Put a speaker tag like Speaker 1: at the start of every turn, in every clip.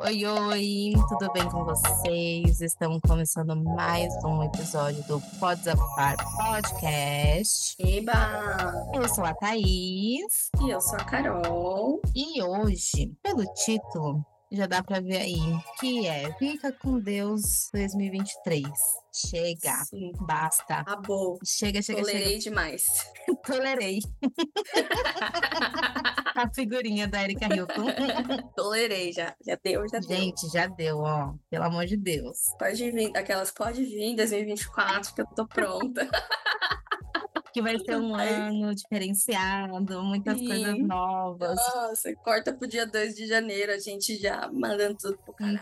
Speaker 1: Oi, oi, tudo bem com vocês? Estamos começando mais um episódio do Pode Desabafar Podcast.
Speaker 2: Eba!
Speaker 1: Eu sou a Thaís
Speaker 2: E eu sou a Carol.
Speaker 1: e hoje, pelo título, já dá pra ver aí que é Fica com Deus 2023. Chega,
Speaker 2: Sim.
Speaker 1: basta.
Speaker 2: Acabou.
Speaker 1: Chega, chega, chega.
Speaker 2: Tolerei demais.
Speaker 1: Tolerei. a figurinha da Erika Hilton.
Speaker 2: Tolerei já. Já deu, já deu.
Speaker 1: Gente, já deu, ó. Pelo amor de Deus.
Speaker 2: Pode vir, aquelas pode vir em 2024 que eu tô pronta.
Speaker 1: que vai ser um
Speaker 2: Ai.
Speaker 1: ano diferenciado, muitas coisas
Speaker 2: Sim.
Speaker 1: novas.
Speaker 2: Nossa, corta pro dia 2 de janeiro, a gente já mandando tudo pro
Speaker 1: Uhum.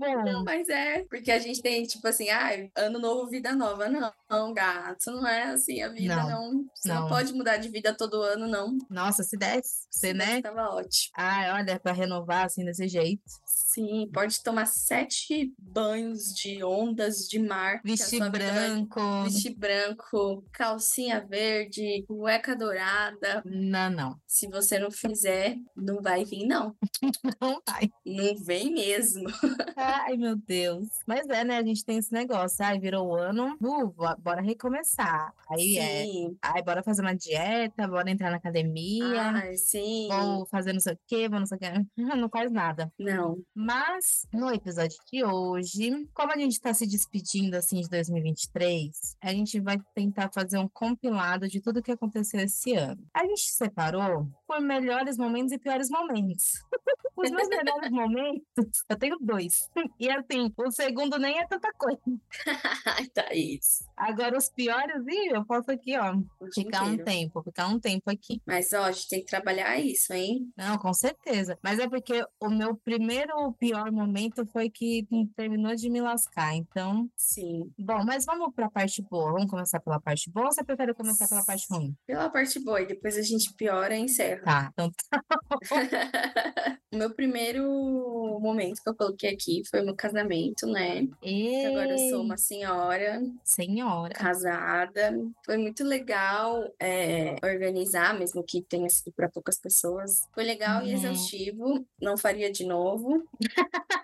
Speaker 2: caralho.
Speaker 1: Bom,
Speaker 2: Mas é, porque a gente tem tipo assim, ai, ano novo, vida nova. Não, não, gato, não é assim a vida,
Speaker 1: Não,
Speaker 2: não. Você não.
Speaker 1: não.
Speaker 2: pode mudar de vida todo ano, não.
Speaker 1: nossa, se desse, você, né?
Speaker 2: Tava ótimo.
Speaker 1: Ah, olha, para renovar assim desse jeito.
Speaker 2: Sim, pode tomar sete banhos de ondas de mar. que a
Speaker 1: Vestir
Speaker 2: sua vida vai-
Speaker 1: branco.
Speaker 2: Vestir branco, calcinha verde, cueca dourada.
Speaker 1: Não, não.
Speaker 2: Se você não fizer, não vai vir, não.
Speaker 1: Não vai.
Speaker 2: Não vem mesmo.
Speaker 1: Ai, meu Deus. Mas é, né? A gente tem esse negócio. Ai, virou o ano. Uh, bo- bora recomeçar. Aí é.
Speaker 2: Sim.
Speaker 1: Ai, bora fazer uma dieta, bora entrar na academia.
Speaker 2: Ai, sim.
Speaker 1: Vou fazer não sei o quê, vou não sei o quê. Não faz nada.
Speaker 2: Não.
Speaker 1: Mas no episódio de hoje, como a gente está se despedindo assim de 2023, a gente vai tentar fazer um compilado de tudo que aconteceu esse ano. A gente separou por melhores momentos e piores momentos. Os meus melhores momentos, eu tenho dois. E assim, o segundo nem é tanta coisa.
Speaker 2: Ai, tá Thaís.
Speaker 1: Agora, os piores, ih, eu posso aqui, ó,
Speaker 2: o dia
Speaker 1: ficar um
Speaker 2: inteiro.
Speaker 1: tempo, ficar um tempo aqui.
Speaker 2: Mas, ó, a gente tem que trabalhar isso, hein?
Speaker 1: Não, com certeza. Mas é porque o meu primeiro pior momento foi que terminou de me lascar. Então,
Speaker 2: Sim.
Speaker 1: bom, mas vamos para a parte boa. Vamos começar pela parte boa ou você prefere começar pela parte ruim?
Speaker 2: Pela parte boa, e depois a gente piora e encerra.
Speaker 1: Tá, então tá.
Speaker 2: O meu primeiro momento que eu coloquei aqui foi o meu casamento, né? Que Agora eu sou uma senhora
Speaker 1: Ei, senhora.
Speaker 2: casada. Foi muito legal é, organizar, mesmo que tenha sido para poucas pessoas. Foi legal e
Speaker 1: Uhum.
Speaker 2: exaustivo. Não faria de novo,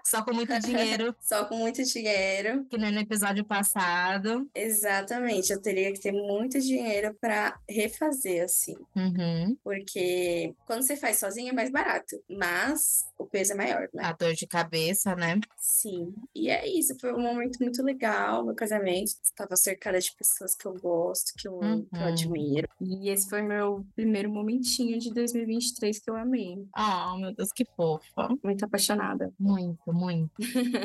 Speaker 1: Só com muito dinheiro,
Speaker 2: só com muito dinheiro.
Speaker 1: que nem no episódio passado.
Speaker 2: Exatamente, eu teria que ter muito dinheiro para refazer assim,
Speaker 1: Uhum.
Speaker 2: porque quando você faz sozinho é mais barato, mas o peso é maior, né?
Speaker 1: A dor de cabeça, né?
Speaker 2: Sim, e é isso. Foi um momento muito legal, meu casamento. Estava cercada de pessoas que eu gosto, que eu, amo, que eu
Speaker 1: Uhum.
Speaker 2: admiro. E esse foi meu primeiro momentinho de 2023 que eu amei.
Speaker 1: Ah, meu Deus, que fofa.
Speaker 2: Muito apaixonada.
Speaker 1: Muito, muito.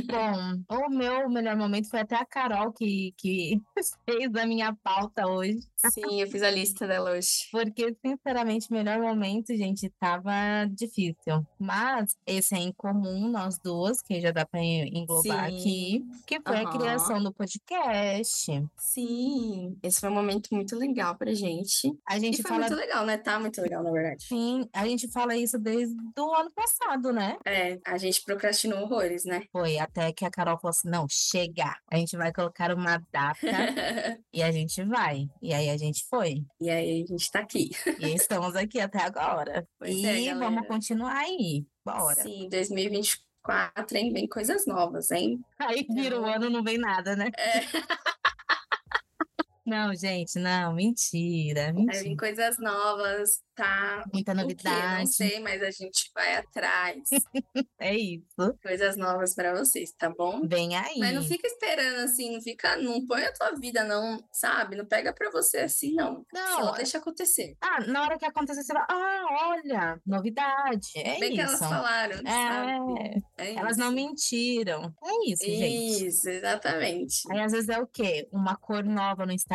Speaker 1: Bom, o meu melhor momento foi até a Carol que, que fez a minha pauta hoje.
Speaker 2: Sim, eu fiz a lista dela hoje.
Speaker 1: Porque, sinceramente, o melhor momento, gente, tava difícil. Mas esse é em comum, nós duas, que já dá pra en- englobar
Speaker 2: Sim.
Speaker 1: aqui, que foi a
Speaker 2: Aham.
Speaker 1: criação do podcast.
Speaker 2: Sim, esse foi um momento muito legal pra gente.
Speaker 1: A
Speaker 2: E
Speaker 1: gente
Speaker 2: foi
Speaker 1: fala
Speaker 2: muito legal, né? Tá muito legal, na verdade.
Speaker 1: assim, a gente fala isso desde o ano passado, né?
Speaker 2: É, a gente procrastinou horrores, né?
Speaker 1: Foi até que a Carol falou assim: não, chega, a gente vai colocar uma data
Speaker 2: É.
Speaker 1: e a gente vai. E aí a gente foi.
Speaker 2: E aí, a gente tá aqui.
Speaker 1: E estamos aqui até agora.
Speaker 2: Pois é,
Speaker 1: e vamos
Speaker 2: galera.
Speaker 1: continuar aí. Bora.
Speaker 2: Sim, 2024, hein? Vem coisas novas, hein?
Speaker 1: Aí vira o
Speaker 2: Não. É.
Speaker 1: ano, não vem nada, né? Não, gente, não, mentira,
Speaker 2: Aí vem
Speaker 1: mentira.
Speaker 2: coisas novas, tá?
Speaker 1: Muita
Speaker 2: É, O quê? Não
Speaker 1: novidade,
Speaker 2: sei, mas a gente vai atrás.
Speaker 1: é isso.
Speaker 2: coisas novas pra vocês, tá bom?
Speaker 1: Vem aí.
Speaker 2: Mas não fica esperando assim, não fica, não põe a tua vida, não, sabe? Não pega pra você assim, não.
Speaker 1: Não,
Speaker 2: Só
Speaker 1: é-
Speaker 2: deixa acontecer.
Speaker 1: Ah, na hora que acontecer, você fala, ah, olha, novidade, é
Speaker 2: Bem que elas
Speaker 1: isso.
Speaker 2: falaram, sabe?
Speaker 1: É,
Speaker 2: É
Speaker 1: elas não
Speaker 2: isso.
Speaker 1: mentiram. É isso, gente.
Speaker 2: Isso, exatamente.
Speaker 1: Aí às vezes é o quê? Uma cor nova no Instagram,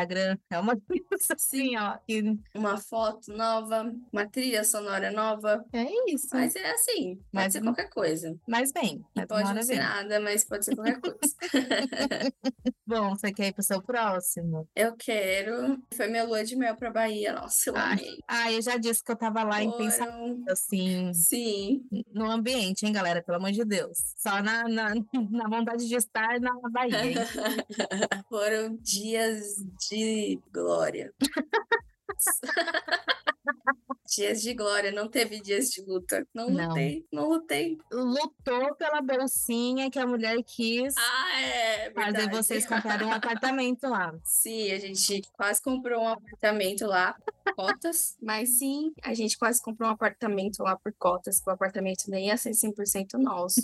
Speaker 1: é uma coisa assim, ó. que-
Speaker 2: Uma foto nova, uma trilha sonora nova.
Speaker 1: É isso.
Speaker 2: Mas é assim, pode
Speaker 1: Mas
Speaker 2: ser
Speaker 1: não-
Speaker 2: qualquer coisa.
Speaker 1: Mas bem, mas uma
Speaker 2: Pode
Speaker 1: hora
Speaker 2: não ser
Speaker 1: vem.
Speaker 2: nada, mas pode ser qualquer coisa.
Speaker 1: Bom, você quer ir pro seu próximo?
Speaker 2: Eu quero. Foi meu lua de mel pra Bahia, nossa, eu
Speaker 1: Ai,
Speaker 2: amei.
Speaker 1: Ah, eu já disse que eu tava lá em pensamento,
Speaker 2: Foram-
Speaker 1: assim,
Speaker 2: Sim,
Speaker 1: no ambiente, hein, galera? Pelo amor de Deus. Só na, na, na vontade de estar na Bahia. hein?
Speaker 2: foram dias de glória. Dias de glória, não teve dias de luta. Não, não. lutei, não lutei.
Speaker 1: Lutou pela bolsinha que a mulher quis.
Speaker 2: Ah, é. Verdade.
Speaker 1: Fazer vocês comprarem um apartamento lá.
Speaker 2: Sim, a gente quase comprou um apartamento lá. Cotas, mas sim, a gente quase comprou um apartamento lá por cotas, que o apartamento nem ia ser 100% nosso.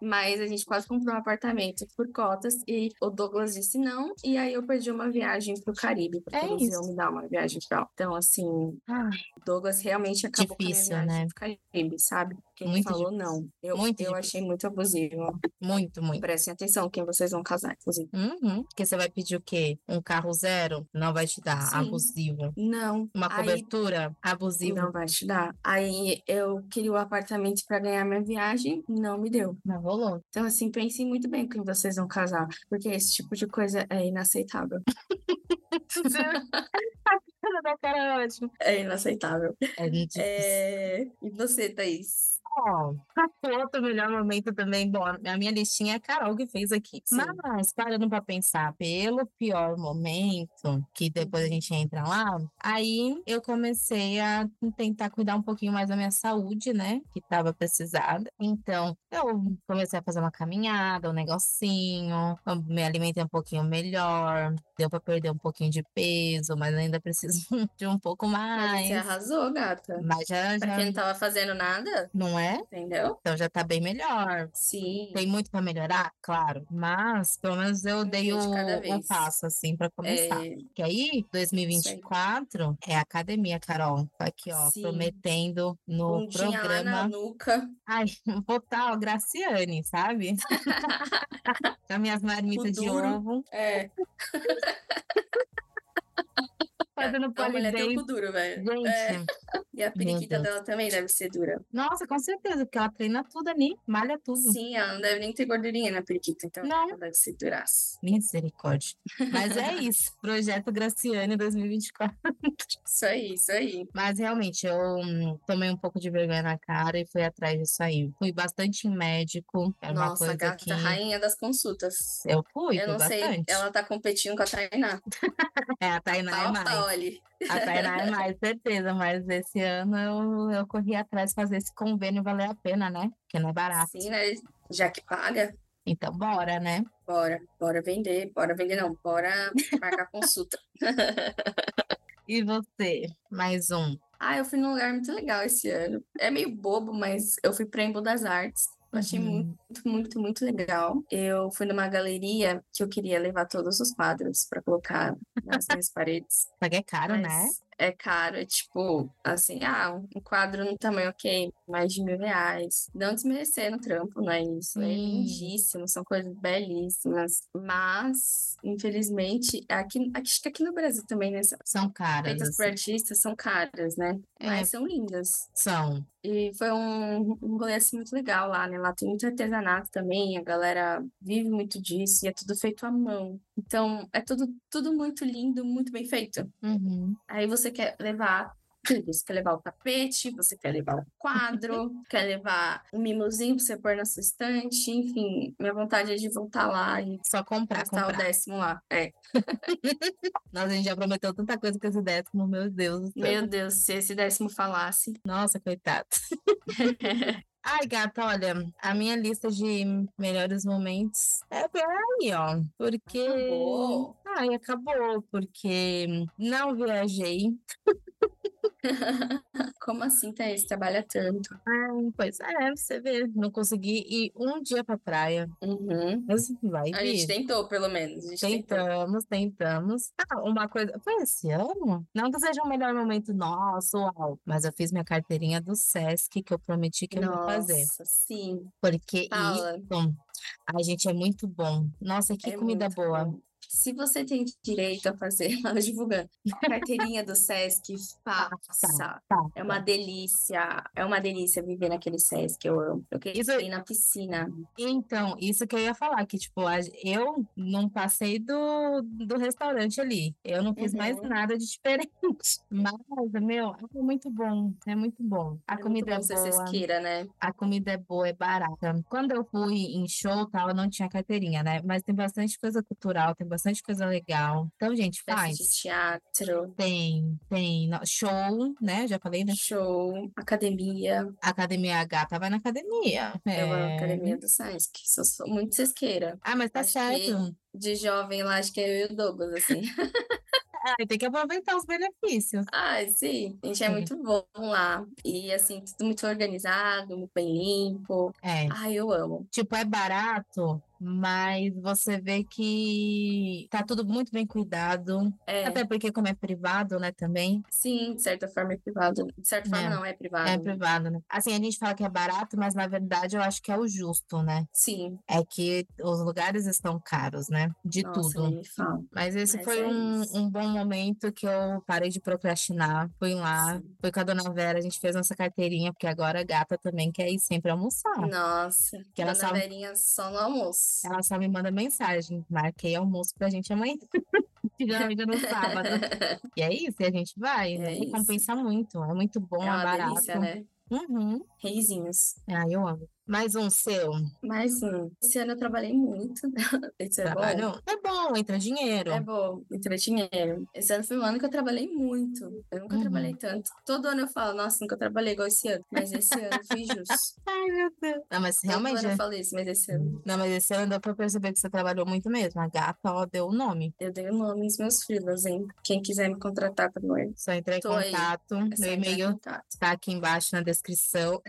Speaker 2: mas a gente quase comprou um apartamento por cotas e o Douglas disse não, e aí eu perdi uma viagem pro Caribe, porque é eles iam me dar uma viagem pra lá. Então, assim, ah, Douglas realmente acabou
Speaker 1: difícil,
Speaker 2: com a
Speaker 1: né?
Speaker 2: pro Caribe, sabe? Quem muito falou difícil. não. Eu, muito eu difícil. achei muito abusivo.
Speaker 1: Muito, muito.
Speaker 2: Prestem atenção quem vocês vão casar, inclusive.
Speaker 1: Uhum. Porque você vai pedir o quê? Um carro zero? Não vai te dar. Sim. Abusivo.
Speaker 2: Não.
Speaker 1: Uma aí... cobertura? Abusivo.
Speaker 2: Não vai te dar. Aí eu queria o um apartamento para ganhar minha viagem, não me deu.
Speaker 1: Não rolou.
Speaker 2: Então, assim, pensem muito bem quem vocês vão casar, porque esse tipo de coisa é inaceitável.
Speaker 1: cara da Tá cara é ótimo.
Speaker 2: É inaceitável.
Speaker 1: É, difícil. é...
Speaker 2: E você, Thaís?
Speaker 1: Ó, oh, outro melhor momento também. Bom, a minha listinha é a Carol que fez aqui. Sim. Mas, parando pra pensar, pelo pior momento, que depois a gente entra lá, aí eu comecei a tentar cuidar um pouquinho mais da minha saúde, né? Que tava precisada. Então, eu comecei a fazer uma caminhada, um negocinho, me alimentei um pouquinho melhor, deu pra perder um pouquinho de peso, mas ainda preciso de um pouco mais.
Speaker 2: Mas você arrasou, gata.
Speaker 1: Mas já,
Speaker 2: pra
Speaker 1: já...
Speaker 2: quem não tava fazendo nada.
Speaker 1: Não é?
Speaker 2: Entendeu?
Speaker 1: Então já tá bem melhor.
Speaker 2: Sim.
Speaker 1: Tem muito para melhorar, claro. Mas pelo menos eu um dei o, um passo, assim, para começar. É... Que aí, 2024, aí. é a academia, Carol. Tá aqui, ó, Sim. prometendo no
Speaker 2: Bundinha
Speaker 1: programa.
Speaker 2: Lá um na nuca.
Speaker 1: Ai, botar, ó, Graciane, sabe? Com minhas marmitas de ovo.
Speaker 2: É.
Speaker 1: fazendo
Speaker 2: polidance. A mulher tem um cu duro, velho.
Speaker 1: Gente. É.
Speaker 2: E a periquita dela também deve ser dura.
Speaker 1: Nossa, com certeza, porque ela treina tudo ali, malha tudo.
Speaker 2: Sim, ela não deve nem ter gordurinha na periquita, então não. ela deve ser duraça.
Speaker 1: Misericórdia. Mas é isso, projeto Graciane 2024.
Speaker 2: Isso aí, isso aí.
Speaker 1: Mas realmente, eu tomei um pouco de vergonha na cara e fui atrás disso aí. Fui bastante em médico. Era
Speaker 2: Nossa,
Speaker 1: É uma coisa
Speaker 2: gata,
Speaker 1: que...
Speaker 2: rainha das consultas.
Speaker 1: Eu fui,
Speaker 2: Eu não
Speaker 1: bastante.
Speaker 2: sei, ela tá competindo com a Tainá. Tá
Speaker 1: é, a Tainá
Speaker 2: a
Speaker 1: é mais.
Speaker 2: Paoli.
Speaker 1: A Tainá é mais, certeza, mas esse ano eu, eu corri atrás fazer esse convênio valer a pena, né? Porque não é barato.
Speaker 2: Sim, né? Já que paga.
Speaker 1: Então, bora, né?
Speaker 2: Bora, bora vender, bora vender não, bora marcar consulta.
Speaker 1: e você, mais um?
Speaker 2: Ah, eu fui num lugar muito legal esse ano. É meio bobo, mas eu fui para Embu das Artes. Eu achei uhum. muito, muito, muito legal. Eu fui numa galeria que eu queria levar todos os quadros para colocar nas minhas paredes.
Speaker 1: Só que é caro, né?
Speaker 2: É caro, é tipo, assim, ah, um quadro no tamanho ok, mais de mil reais. Não desmerecer no trampo, não é isso? Hum. É lindíssimo, são coisas belíssimas. Mas, infelizmente, aqui, acho que aqui no Brasil também, né?
Speaker 1: São caras. É.
Speaker 2: Feitas assim. por artistas são caras, né? É. Mas são lindas.
Speaker 1: São.
Speaker 2: E foi um, um rolê assim, muito legal lá, né? Lá tem muito artesanato também, a galera vive muito disso e é tudo feito à mão. Então é tudo, tudo muito lindo, muito bem feito.
Speaker 1: Uhum.
Speaker 2: Aí você quer levar você quer levar o tapete, você quer levar o quadro, quer levar um mimozinho pra você pôr na sua estante, enfim, minha vontade é de voltar lá e
Speaker 1: só comprar,
Speaker 2: gastar
Speaker 1: comprar.
Speaker 2: o décimo lá. É.
Speaker 1: Nossa, a gente já prometeu tanta coisa com esse décimo, meu Deus.
Speaker 2: Meu Deus, se esse décimo falasse.
Speaker 1: Nossa, coitado. Ai, gata, olha, a minha lista de melhores momentos é aí, ó. Porque.
Speaker 2: Acabou.
Speaker 1: Ai, acabou, porque não viajei.
Speaker 2: Como assim, Thaís? Trabalha tanto.
Speaker 1: Ah, pois é, você vê. Não consegui ir um dia pra praia.
Speaker 2: Uhum.
Speaker 1: Mas vai
Speaker 2: A
Speaker 1: vir.
Speaker 2: gente tentou, pelo menos.
Speaker 1: tentamos, tentou. tentamos. Ah, uma coisa. Foi esse ano? Não que seja o melhor momento nosso, uau. Mas eu fiz minha carteirinha do Sesc que eu prometi que
Speaker 2: Nossa, Tá
Speaker 1: eu vou fazer.
Speaker 2: Sim.
Speaker 1: Porque
Speaker 2: Fala.
Speaker 1: isso. A gente é muito bom. Nossa, que
Speaker 2: É
Speaker 1: comida
Speaker 2: muito
Speaker 1: boa.
Speaker 2: bom. Se você tem direito a fazer, ela divulgando, carteirinha do Sesc, faça.
Speaker 1: Ah, Tá.
Speaker 2: É uma delícia, é uma delícia viver naquele Sesc, eu amo. Eu queria
Speaker 1: Isso-
Speaker 2: ir na piscina. É
Speaker 1: Então, isso que eu ia falar, que tipo, a- eu não passei do, do restaurante ali. Eu não fiz mais
Speaker 2: Uhum.
Speaker 1: nada de diferente. Mas, meu, é muito bom. É muito bom. A
Speaker 2: É muito
Speaker 1: comida
Speaker 2: bom
Speaker 1: é
Speaker 2: ser
Speaker 1: boa.
Speaker 2: sesqueira, né?
Speaker 1: A comida é boa, é barata. Quando eu fui em show, tal, eu não tinha carteirinha, né? Mas tem bastante coisa cultural, tem bastante coisa legal. Então, gente,
Speaker 2: Festa
Speaker 1: faz.
Speaker 2: de teatro,
Speaker 1: Tem, tem no- show, né? Já falei, né?
Speaker 2: show, academia.
Speaker 1: Academia Gata vai na academia.
Speaker 2: É. Eu amo a
Speaker 1: É.
Speaker 2: academia do Sesc. Sou, sou muito sesqueira.
Speaker 1: Ah, mas tá
Speaker 2: Acho que-
Speaker 1: certo.
Speaker 2: De jovem lá, acho que é eu e o Douglas, assim.
Speaker 1: Ah, tem que aproveitar os benefícios.
Speaker 2: Ai, sim, a gente é
Speaker 1: Sim.
Speaker 2: muito bom lá. E assim, tudo muito organizado, muito bem limpo.
Speaker 1: É.
Speaker 2: Ai, eu amo.
Speaker 1: Tipo, é barato, mas você vê que tá tudo muito bem cuidado.
Speaker 2: É,
Speaker 1: Até porque, como é privado, né, também.
Speaker 2: sim, de certa forma é privado. De certa forma
Speaker 1: É.
Speaker 2: não é privado.
Speaker 1: É privado, né? Assim, a gente fala que é barato, mas na verdade eu acho que é o justo, né?
Speaker 2: Sim,
Speaker 1: É que os lugares estão caros, né? De
Speaker 2: nossa,
Speaker 1: tudo.
Speaker 2: nem me fala.
Speaker 1: Mas esse
Speaker 2: Mas
Speaker 1: foi
Speaker 2: é
Speaker 1: um,
Speaker 2: isso.
Speaker 1: um bom momento que eu parei de procrastinar. Fui lá,
Speaker 2: Sim.
Speaker 1: fui com a dona Vera, a gente fez nossa carteirinha, porque agora a gata também quer ir sempre almoçar.
Speaker 2: Nossa,
Speaker 1: Ah. Que ela
Speaker 2: Dona
Speaker 1: sabe-
Speaker 2: Verinha só no almoço.
Speaker 1: Ela só me manda mensagem, marquei almoço pra gente amanhã. Que Geralmente é no sábado. E é isso, e a gente vai,
Speaker 2: É
Speaker 1: né?
Speaker 2: isso.
Speaker 1: Recompensa muito, é muito bom,
Speaker 2: É
Speaker 1: é,
Speaker 2: uma
Speaker 1: barato.
Speaker 2: delícia, né?
Speaker 1: Uhum.
Speaker 2: Reizinhos.
Speaker 1: Ah, eu amo. Mais um
Speaker 2: É
Speaker 1: seu
Speaker 2: Mas hum, esse ano eu trabalhei muito. Esse é bom.
Speaker 1: trabalho. É bom, entra dinheiro.
Speaker 2: É bom, entrei dinheiro. Esse ano foi um ano que eu trabalhei muito. Eu nunca
Speaker 1: Uhum.
Speaker 2: trabalhei tanto. Todo ano eu falo, nossa, nunca trabalhei igual esse ano. Mas esse ano foi justo.
Speaker 1: Ai, meu Deus. Não, mas realmente. né? é.
Speaker 2: Todo ano eu falo isso, mas esse ano
Speaker 1: Não, mas esse ano deu pra perceber que você trabalhou muito mesmo. A gata, ó, deu o nome.
Speaker 2: eu dei o nome nos meus filhos, hein? Quem quiser me contratar, por favor.
Speaker 1: Só entrar em
Speaker 2: Tô aí.
Speaker 1: contato.
Speaker 2: é só
Speaker 1: Meu
Speaker 2: entrar em
Speaker 1: e-mail
Speaker 2: contato.
Speaker 1: está aqui embaixo na descrição.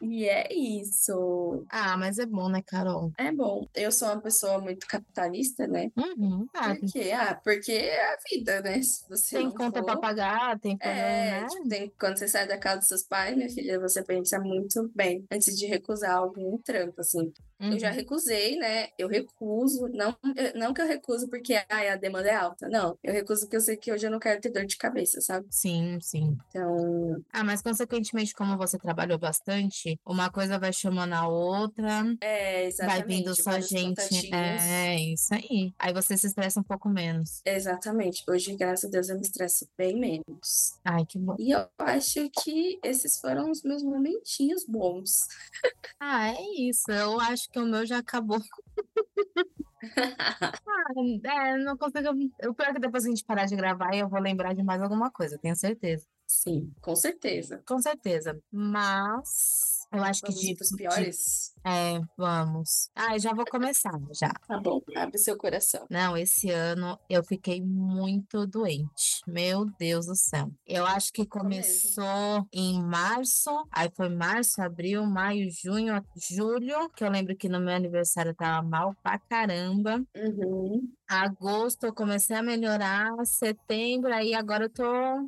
Speaker 2: E é isso.
Speaker 1: Ah, mas é bom, né, Carol?
Speaker 2: É bom. Eu sou uma pessoa muito capitalista, né?
Speaker 1: Uhum. Ah,
Speaker 2: Por quê? Ah, porque é a vida, né? Se você
Speaker 1: tem
Speaker 2: não
Speaker 1: conta
Speaker 2: for,
Speaker 1: pra pagar, tem problema,
Speaker 2: É,
Speaker 1: né?
Speaker 2: tipo, tem- quando você sai da casa dos seus pais, minha filha, você pensa muito bem antes de recusar algum trampo, assim. Eu já
Speaker 1: Uhum.
Speaker 2: recusei, né? Eu recuso, não, eu- não que eu recuso porque ai, a demanda é alta, não. Eu recuso porque eu sei que hoje eu não quero ter dor de cabeça, sabe?
Speaker 1: Sim, sim.
Speaker 2: Então,
Speaker 1: Ah, mas consequentemente, como você trabalhou bastante, uma coisa vai chamando a outra,
Speaker 2: é,
Speaker 1: vai vindo
Speaker 2: exatamente.
Speaker 1: só
Speaker 2: vários
Speaker 1: gente.
Speaker 2: contatinhos.
Speaker 1: É, isso aí. Aí você se estressa um pouco menos.
Speaker 2: Exatamente. Hoje, graças a Deus, eu me estresso bem menos.
Speaker 1: Ai, que bom.
Speaker 2: E eu acho que esses foram os meus momentinhos bons.
Speaker 1: Ah, é isso. Eu acho que o meu já acabou. Ah, é, não consigo. O pior é que depois que a gente parar de gravar, eu vou lembrar de mais alguma coisa, tenho certeza.
Speaker 2: Sim, com certeza.
Speaker 1: Com certeza. Mas eu acho que
Speaker 2: Vamos
Speaker 1: de,
Speaker 2: para os
Speaker 1: de-
Speaker 2: piores.
Speaker 1: é, vamos. Ah, eu já vou começar já.
Speaker 2: Tá bom, abre seu coração.
Speaker 1: Não, esse ano eu fiquei muito doente. Meu Deus do céu. Eu acho que
Speaker 2: Ficou mesmo.
Speaker 1: começou em março, aí foi março, abril, maio, junho, a- julho, que eu lembro que no meu aniversário eu tava mal pra caramba.
Speaker 2: Uhum.
Speaker 1: Agosto eu comecei a melhorar, setembro, aí agora eu tô,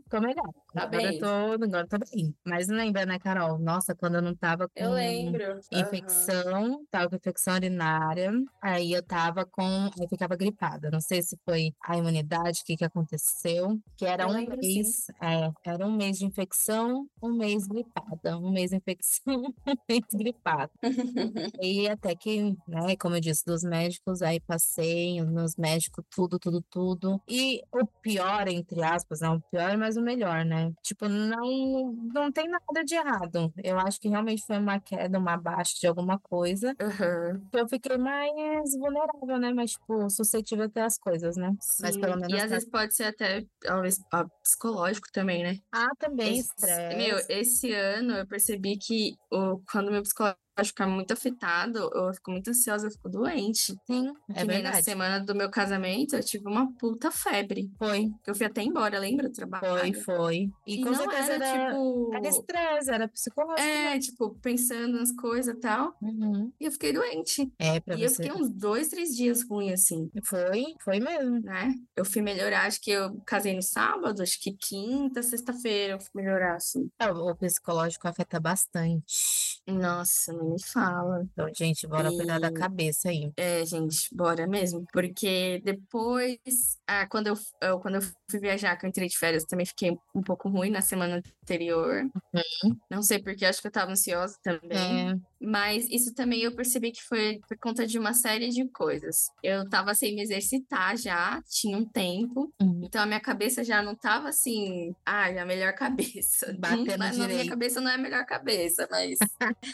Speaker 1: tô melhor.
Speaker 2: Tá
Speaker 1: agora
Speaker 2: bem.
Speaker 1: eu tô, agora eu tô bem. Mas lembra, né, Carol? Nossa, quando eu não tava com
Speaker 2: Eu lembro. Aham.
Speaker 1: Hum, infecção, tava com infecção urinária, aí eu tava com, eu ficava gripada, não sei se foi a imunidade, o que que aconteceu, que era
Speaker 2: Eu
Speaker 1: um
Speaker 2: lembro, sim.
Speaker 1: mês, é, era um mês de infecção, um mês gripada, um mês infecção, um mês gripada. E até que, né, como eu disse, dos médicos, aí passei nos médicos, tudo, tudo, tudo. E o pior, entre aspas, não o pior, mas o melhor, né? Tipo, não, não tem nada de errado. Eu acho que realmente foi uma queda, uma baixa de alguma coisa.
Speaker 2: Aham.
Speaker 1: Eu fiquei mais vulnerável, né? Mas, tipo, suscetível até as coisas, né? Mas
Speaker 2: Sim.
Speaker 1: pelo
Speaker 2: E
Speaker 1: menos
Speaker 2: às
Speaker 1: tá-
Speaker 2: vezes pode ser até talvez, ó, psicológico também, né?
Speaker 1: Ah, também
Speaker 2: Esse- meu,
Speaker 1: estresse.
Speaker 2: esse ano eu percebi que o, quando meu psicológico fica muito afetado, eu fico muito ansiosa, eu fico doente.
Speaker 1: Sim, é
Speaker 2: que nem na
Speaker 1: verdade.
Speaker 2: semana do meu casamento, eu tive uma puta febre.
Speaker 1: Foi,
Speaker 2: que Eu fui até embora, lembra? do
Speaker 1: foi,
Speaker 2: Trabalho.
Speaker 1: foi. E, com
Speaker 2: não
Speaker 1: certeza
Speaker 2: era,
Speaker 1: era,
Speaker 2: tipo.
Speaker 1: era estresse, era psicológico.
Speaker 2: É, tipo, pensando nas coisas e tal.
Speaker 1: Uhum.
Speaker 2: E eu fiquei doente.
Speaker 1: É, pra
Speaker 2: E eu
Speaker 1: você.
Speaker 2: fiquei uns dois, três dias ruim, assim,
Speaker 1: um Foi, foi mesmo.
Speaker 2: né? Eu fui melhorar, acho que eu casei no sábado, acho que quinta, sexta-feira eu fui melhorar, assim.
Speaker 1: É, O o psicológico afeta bastante.
Speaker 2: Nossa, não me fala.
Speaker 1: Então, gente, bora cuidar da
Speaker 2: E-
Speaker 1: cabeça aí.
Speaker 2: É, gente, bora mesmo. Porque depois, ah, quando eu, eu- quando eu fui viajar, que eu entrei de férias, também fiquei um pouco ruim na semana anterior. Não sei porque, acho que eu tava ansiosa
Speaker 1: Uhum.
Speaker 2: também.
Speaker 1: É,
Speaker 2: Mas isso também eu percebi que foi por conta de uma série de coisas. Eu tava sem me exercitar já, tinha um tempo.
Speaker 1: uhum,
Speaker 2: Então a minha cabeça já não tava assim, ah, é a melhor cabeça. Não-
Speaker 1: Batendo
Speaker 2: mas não- minha
Speaker 1: direito.
Speaker 2: cabeça não é a melhor cabeça, mas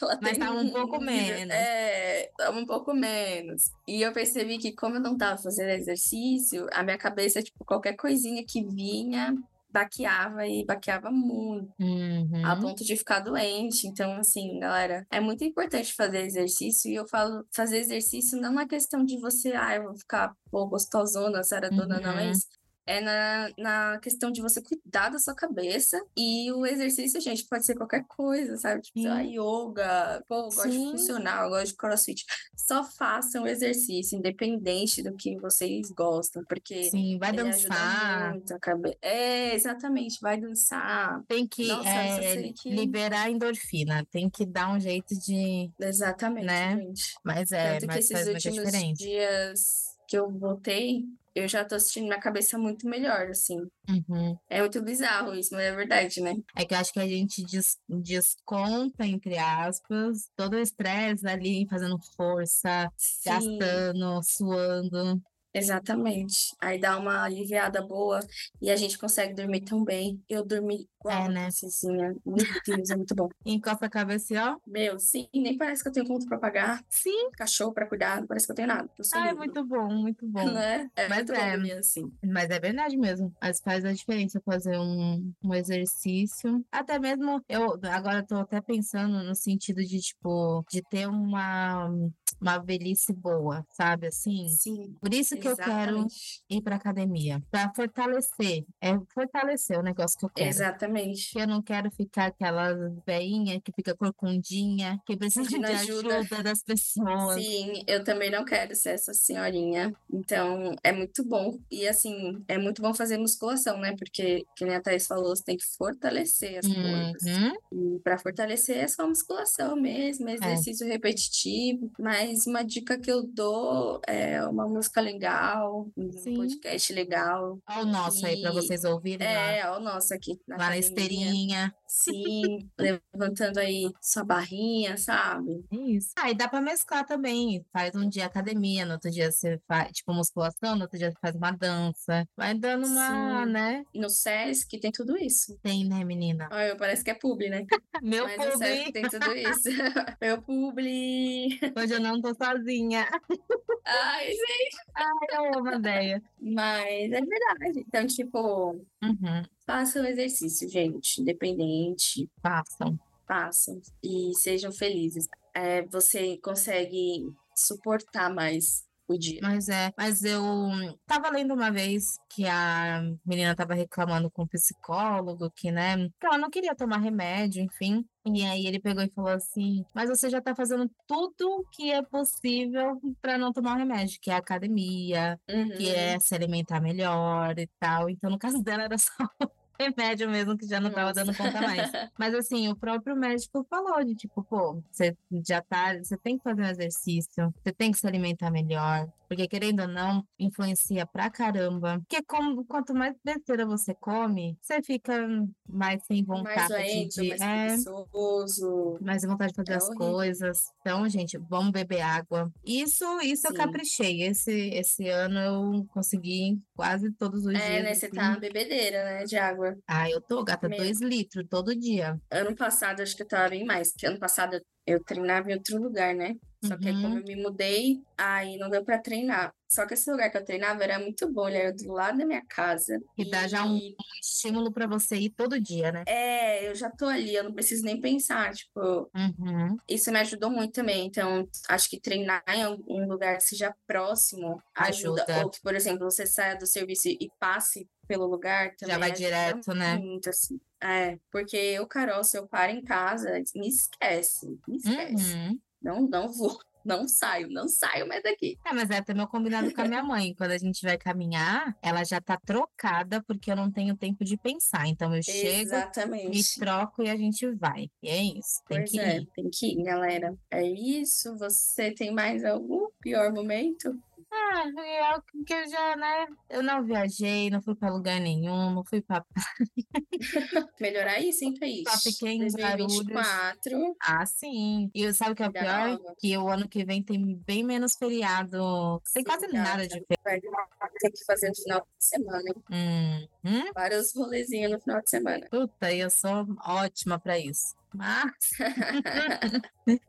Speaker 2: ela
Speaker 1: Mas
Speaker 2: tem
Speaker 1: tá um um pouco menos.
Speaker 2: É, tava um pouco menos. E eu percebi que, como eu não tava fazendo exercício, a minha cabeça, tipo, qualquer coisinha que vinha, baqueava e baqueava muito,
Speaker 1: Uhum.
Speaker 2: a ponto de ficar doente. Então, assim, galera, é muito importante fazer exercício. E eu falo, fazer exercício não é questão de você, ah, eu vou ficar, pô, gostosona, saradona, não é
Speaker 1: Uhum.
Speaker 2: isso. É na, na questão de você cuidar da sua cabeça. E o exercício, gente, pode ser qualquer coisa, sabe? Tipo, sei lá,
Speaker 1: Sim.
Speaker 2: yoga, pô, eu gosto de
Speaker 1: Sim.
Speaker 2: funcionar, eu gosto de crossfit. Só façam exercício, independente do que vocês gostam, porque
Speaker 1: Sim, vai
Speaker 2: ele
Speaker 1: dançar.
Speaker 2: ajuda muito a cabeça. É, exatamente, vai dançar.
Speaker 1: Tem que
Speaker 2: Nossa,
Speaker 1: é,
Speaker 2: isso eu sei que-
Speaker 1: liberar a endorfina, tem que dar um jeito de.
Speaker 2: Exatamente,
Speaker 1: Né?
Speaker 2: gente.
Speaker 1: Mas é,
Speaker 2: Tanto que
Speaker 1: mas
Speaker 2: esses
Speaker 1: faz muita
Speaker 2: últimos
Speaker 1: diferença.
Speaker 2: dias que eu voltei, eu já tô sentindo minha cabeça muito melhor, assim.
Speaker 1: Uhum.
Speaker 2: É muito bizarro isso, mas é verdade, né?
Speaker 1: É que eu acho que a gente des- desconta, entre aspas, todo o estresse ali, fazendo força,
Speaker 2: Sim,
Speaker 1: gastando, suando.
Speaker 2: exatamente. Aí dá uma aliviada boa e a gente consegue dormir tão bem. Eu dormi igual
Speaker 1: É,
Speaker 2: uma
Speaker 1: né?
Speaker 2: princesinha. Meu Deus, é muito bom.
Speaker 1: Encosta a cabeça e ó.
Speaker 2: Meu, sim, nem parece que eu tenho conta pra pagar,
Speaker 1: Sim,
Speaker 2: cachorro pra cuidar, não parece que eu tenho nada. Eu sou
Speaker 1: ai,
Speaker 2: livre.
Speaker 1: muito bom, Ah, é muito bom.
Speaker 2: Né? É
Speaker 1: Mas
Speaker 2: muito
Speaker 1: é.
Speaker 2: bom dormir assim.
Speaker 1: Mas é verdade mesmo. Mas faz a diferença fazer um, um exercício. Até mesmo, eu agora tô até pensando no sentido de, tipo, de ter uma, uma velhice boa, sabe? Assim.
Speaker 2: Sim,
Speaker 1: Por isso que eu quero
Speaker 2: exatamente.
Speaker 1: ir pra academia. Pra fortalecer. É fortalecer o negócio que eu quero.
Speaker 2: Exatamente.
Speaker 1: Que eu não quero ficar aquela veinha que fica corcundinha, que precisa de
Speaker 2: Pedindo ajuda.
Speaker 1: ajuda das pessoas.
Speaker 2: Sim, eu também não quero ser essa senhorinha. Então, é muito bom. E assim, é muito bom fazer musculação, né? Porque, que nem a Thaís falou, você tem que fortalecer as coisas.
Speaker 1: Uhum.
Speaker 2: E para fortalecer é só musculação mesmo, é exercício repetitivo. Mas uma dica que eu dou é uma música legal, um
Speaker 1: Sim.
Speaker 2: podcast legal.
Speaker 1: Olha o nosso aí pra
Speaker 2: E-
Speaker 1: vocês ouvirem lá,
Speaker 2: É, ó, o nosso aqui na
Speaker 1: lá na
Speaker 2: academia.
Speaker 1: esteirinha.
Speaker 2: Sim, levantando aí sua barrinha, sabe?
Speaker 1: É Isso. Ah, e dá pra mesclar também. Faz um dia academia, no outro dia você faz, tipo, musculação, no outro dia você faz uma dança. Vai dando uma,
Speaker 2: Sim.
Speaker 1: né?
Speaker 2: No SESC tem tudo isso.
Speaker 1: Tem, né, menina?
Speaker 2: Olha, parece que é publi, né?
Speaker 1: Meu
Speaker 2: Mas o SESC
Speaker 1: pobre,
Speaker 2: tem tudo isso. Meu publi.
Speaker 1: hoje eu não tô sozinha.
Speaker 2: Ai, gente.
Speaker 1: Ai, eu amo a ideia.
Speaker 2: Mas é verdade. Então, tipo,
Speaker 1: Uhum.
Speaker 2: façam exercício, gente. Independente,
Speaker 1: Façam.
Speaker 2: façam. E sejam felizes. É, você consegue suportar mais o dia.
Speaker 1: Mas é, mas eu tava lendo uma vez que a menina tava reclamando com o psicólogo que, né, que ela não queria tomar remédio, enfim. E aí ele pegou e falou assim: "Mas você já tá fazendo tudo que é possível pra não tomar o remédio, que é academia, que
Speaker 2: Uhum.
Speaker 1: é se alimentar melhor e tal". Então, no caso dela era só remédio mesmo que já não tava dando conta mais. Mas assim, o próprio médico falou de tipo, pô, você já tá, você tem que fazer um exercício, você tem que se alimentar melhor, porque querendo ou não, influencia pra caramba. Porque como, quanto mais besteira você come, você fica mais sem
Speaker 2: Mais
Speaker 1: vontade
Speaker 2: lento,
Speaker 1: de,
Speaker 2: mais
Speaker 1: é,
Speaker 2: preguiçoso.
Speaker 1: mais vontade de fazer
Speaker 2: É
Speaker 1: as
Speaker 2: horrível.
Speaker 1: coisas. Então, gente, vamos beber água. Isso, isso eu
Speaker 2: Sim.
Speaker 1: caprichei. Esse, esse ano eu consegui quase todos os
Speaker 2: É,
Speaker 1: dias.
Speaker 2: né? Você
Speaker 1: assim.
Speaker 2: tá na bebedeira, né? De água.
Speaker 1: Ah, eu tô, gata,
Speaker 2: Meu.
Speaker 1: dois litros todo dia.
Speaker 2: Ano passado, acho que eu tava bem mais, porque ano passado eu- eu treinava em outro lugar, né? Só que aí, como
Speaker 1: Uhum.
Speaker 2: eu me mudei, aí não deu pra treinar. Só que esse lugar que eu treinava era muito bom, ele era do lado da minha casa.
Speaker 1: E dá já um-
Speaker 2: E,
Speaker 1: estímulo pra você ir todo dia, né?
Speaker 2: É, eu já tô ali, eu não preciso nem pensar. Tipo,
Speaker 1: Uhum.
Speaker 2: isso me ajudou muito também. Então, acho que treinar em algum lugar que seja próximo ajuda.
Speaker 1: Ajuda.
Speaker 2: Ou que, por exemplo, você saia do serviço e passe pelo lugar também
Speaker 1: Já vai
Speaker 2: ajuda
Speaker 1: direto, né?
Speaker 2: Muito, assim. É, porque eu, Carol, se eu paro em casa, me esquece, me esquece.
Speaker 1: Uhum.
Speaker 2: Não, não vou, não saio, não saio mais daqui.
Speaker 1: É, mas é até meu combinado com a minha mãe. Quando a gente vai caminhar, ela já tá trocada porque eu não tenho tempo de pensar. Então eu chego, me
Speaker 2: Exatamente.
Speaker 1: troco e a gente vai. E é isso, tem
Speaker 2: Pois
Speaker 1: que
Speaker 2: é,
Speaker 1: ir.
Speaker 2: tem que ir, galera. É isso. Você tem mais algum pior momento?
Speaker 1: Ah, é o que eu já, né? Eu não viajei, não fui pra lugar nenhum, não fui pra.
Speaker 2: Melhorar isso, hein, Thaís?
Speaker 1: Só fiquei em Guarulhos.
Speaker 2: 2024.
Speaker 1: Ah, sim. E eu- sabe o que é o
Speaker 2: Dá
Speaker 1: pior?
Speaker 2: uma-
Speaker 1: Que o ano que vem tem bem menos feriado. Tem
Speaker 2: Sim,
Speaker 1: quase nada
Speaker 2: gata.
Speaker 1: de
Speaker 2: Vai ter que fazer no final de semana. hein?
Speaker 1: feriado. Hum.
Speaker 2: Vários rolezinhos no final de semana.
Speaker 1: Puta, eu sou ótima pra isso. Mas,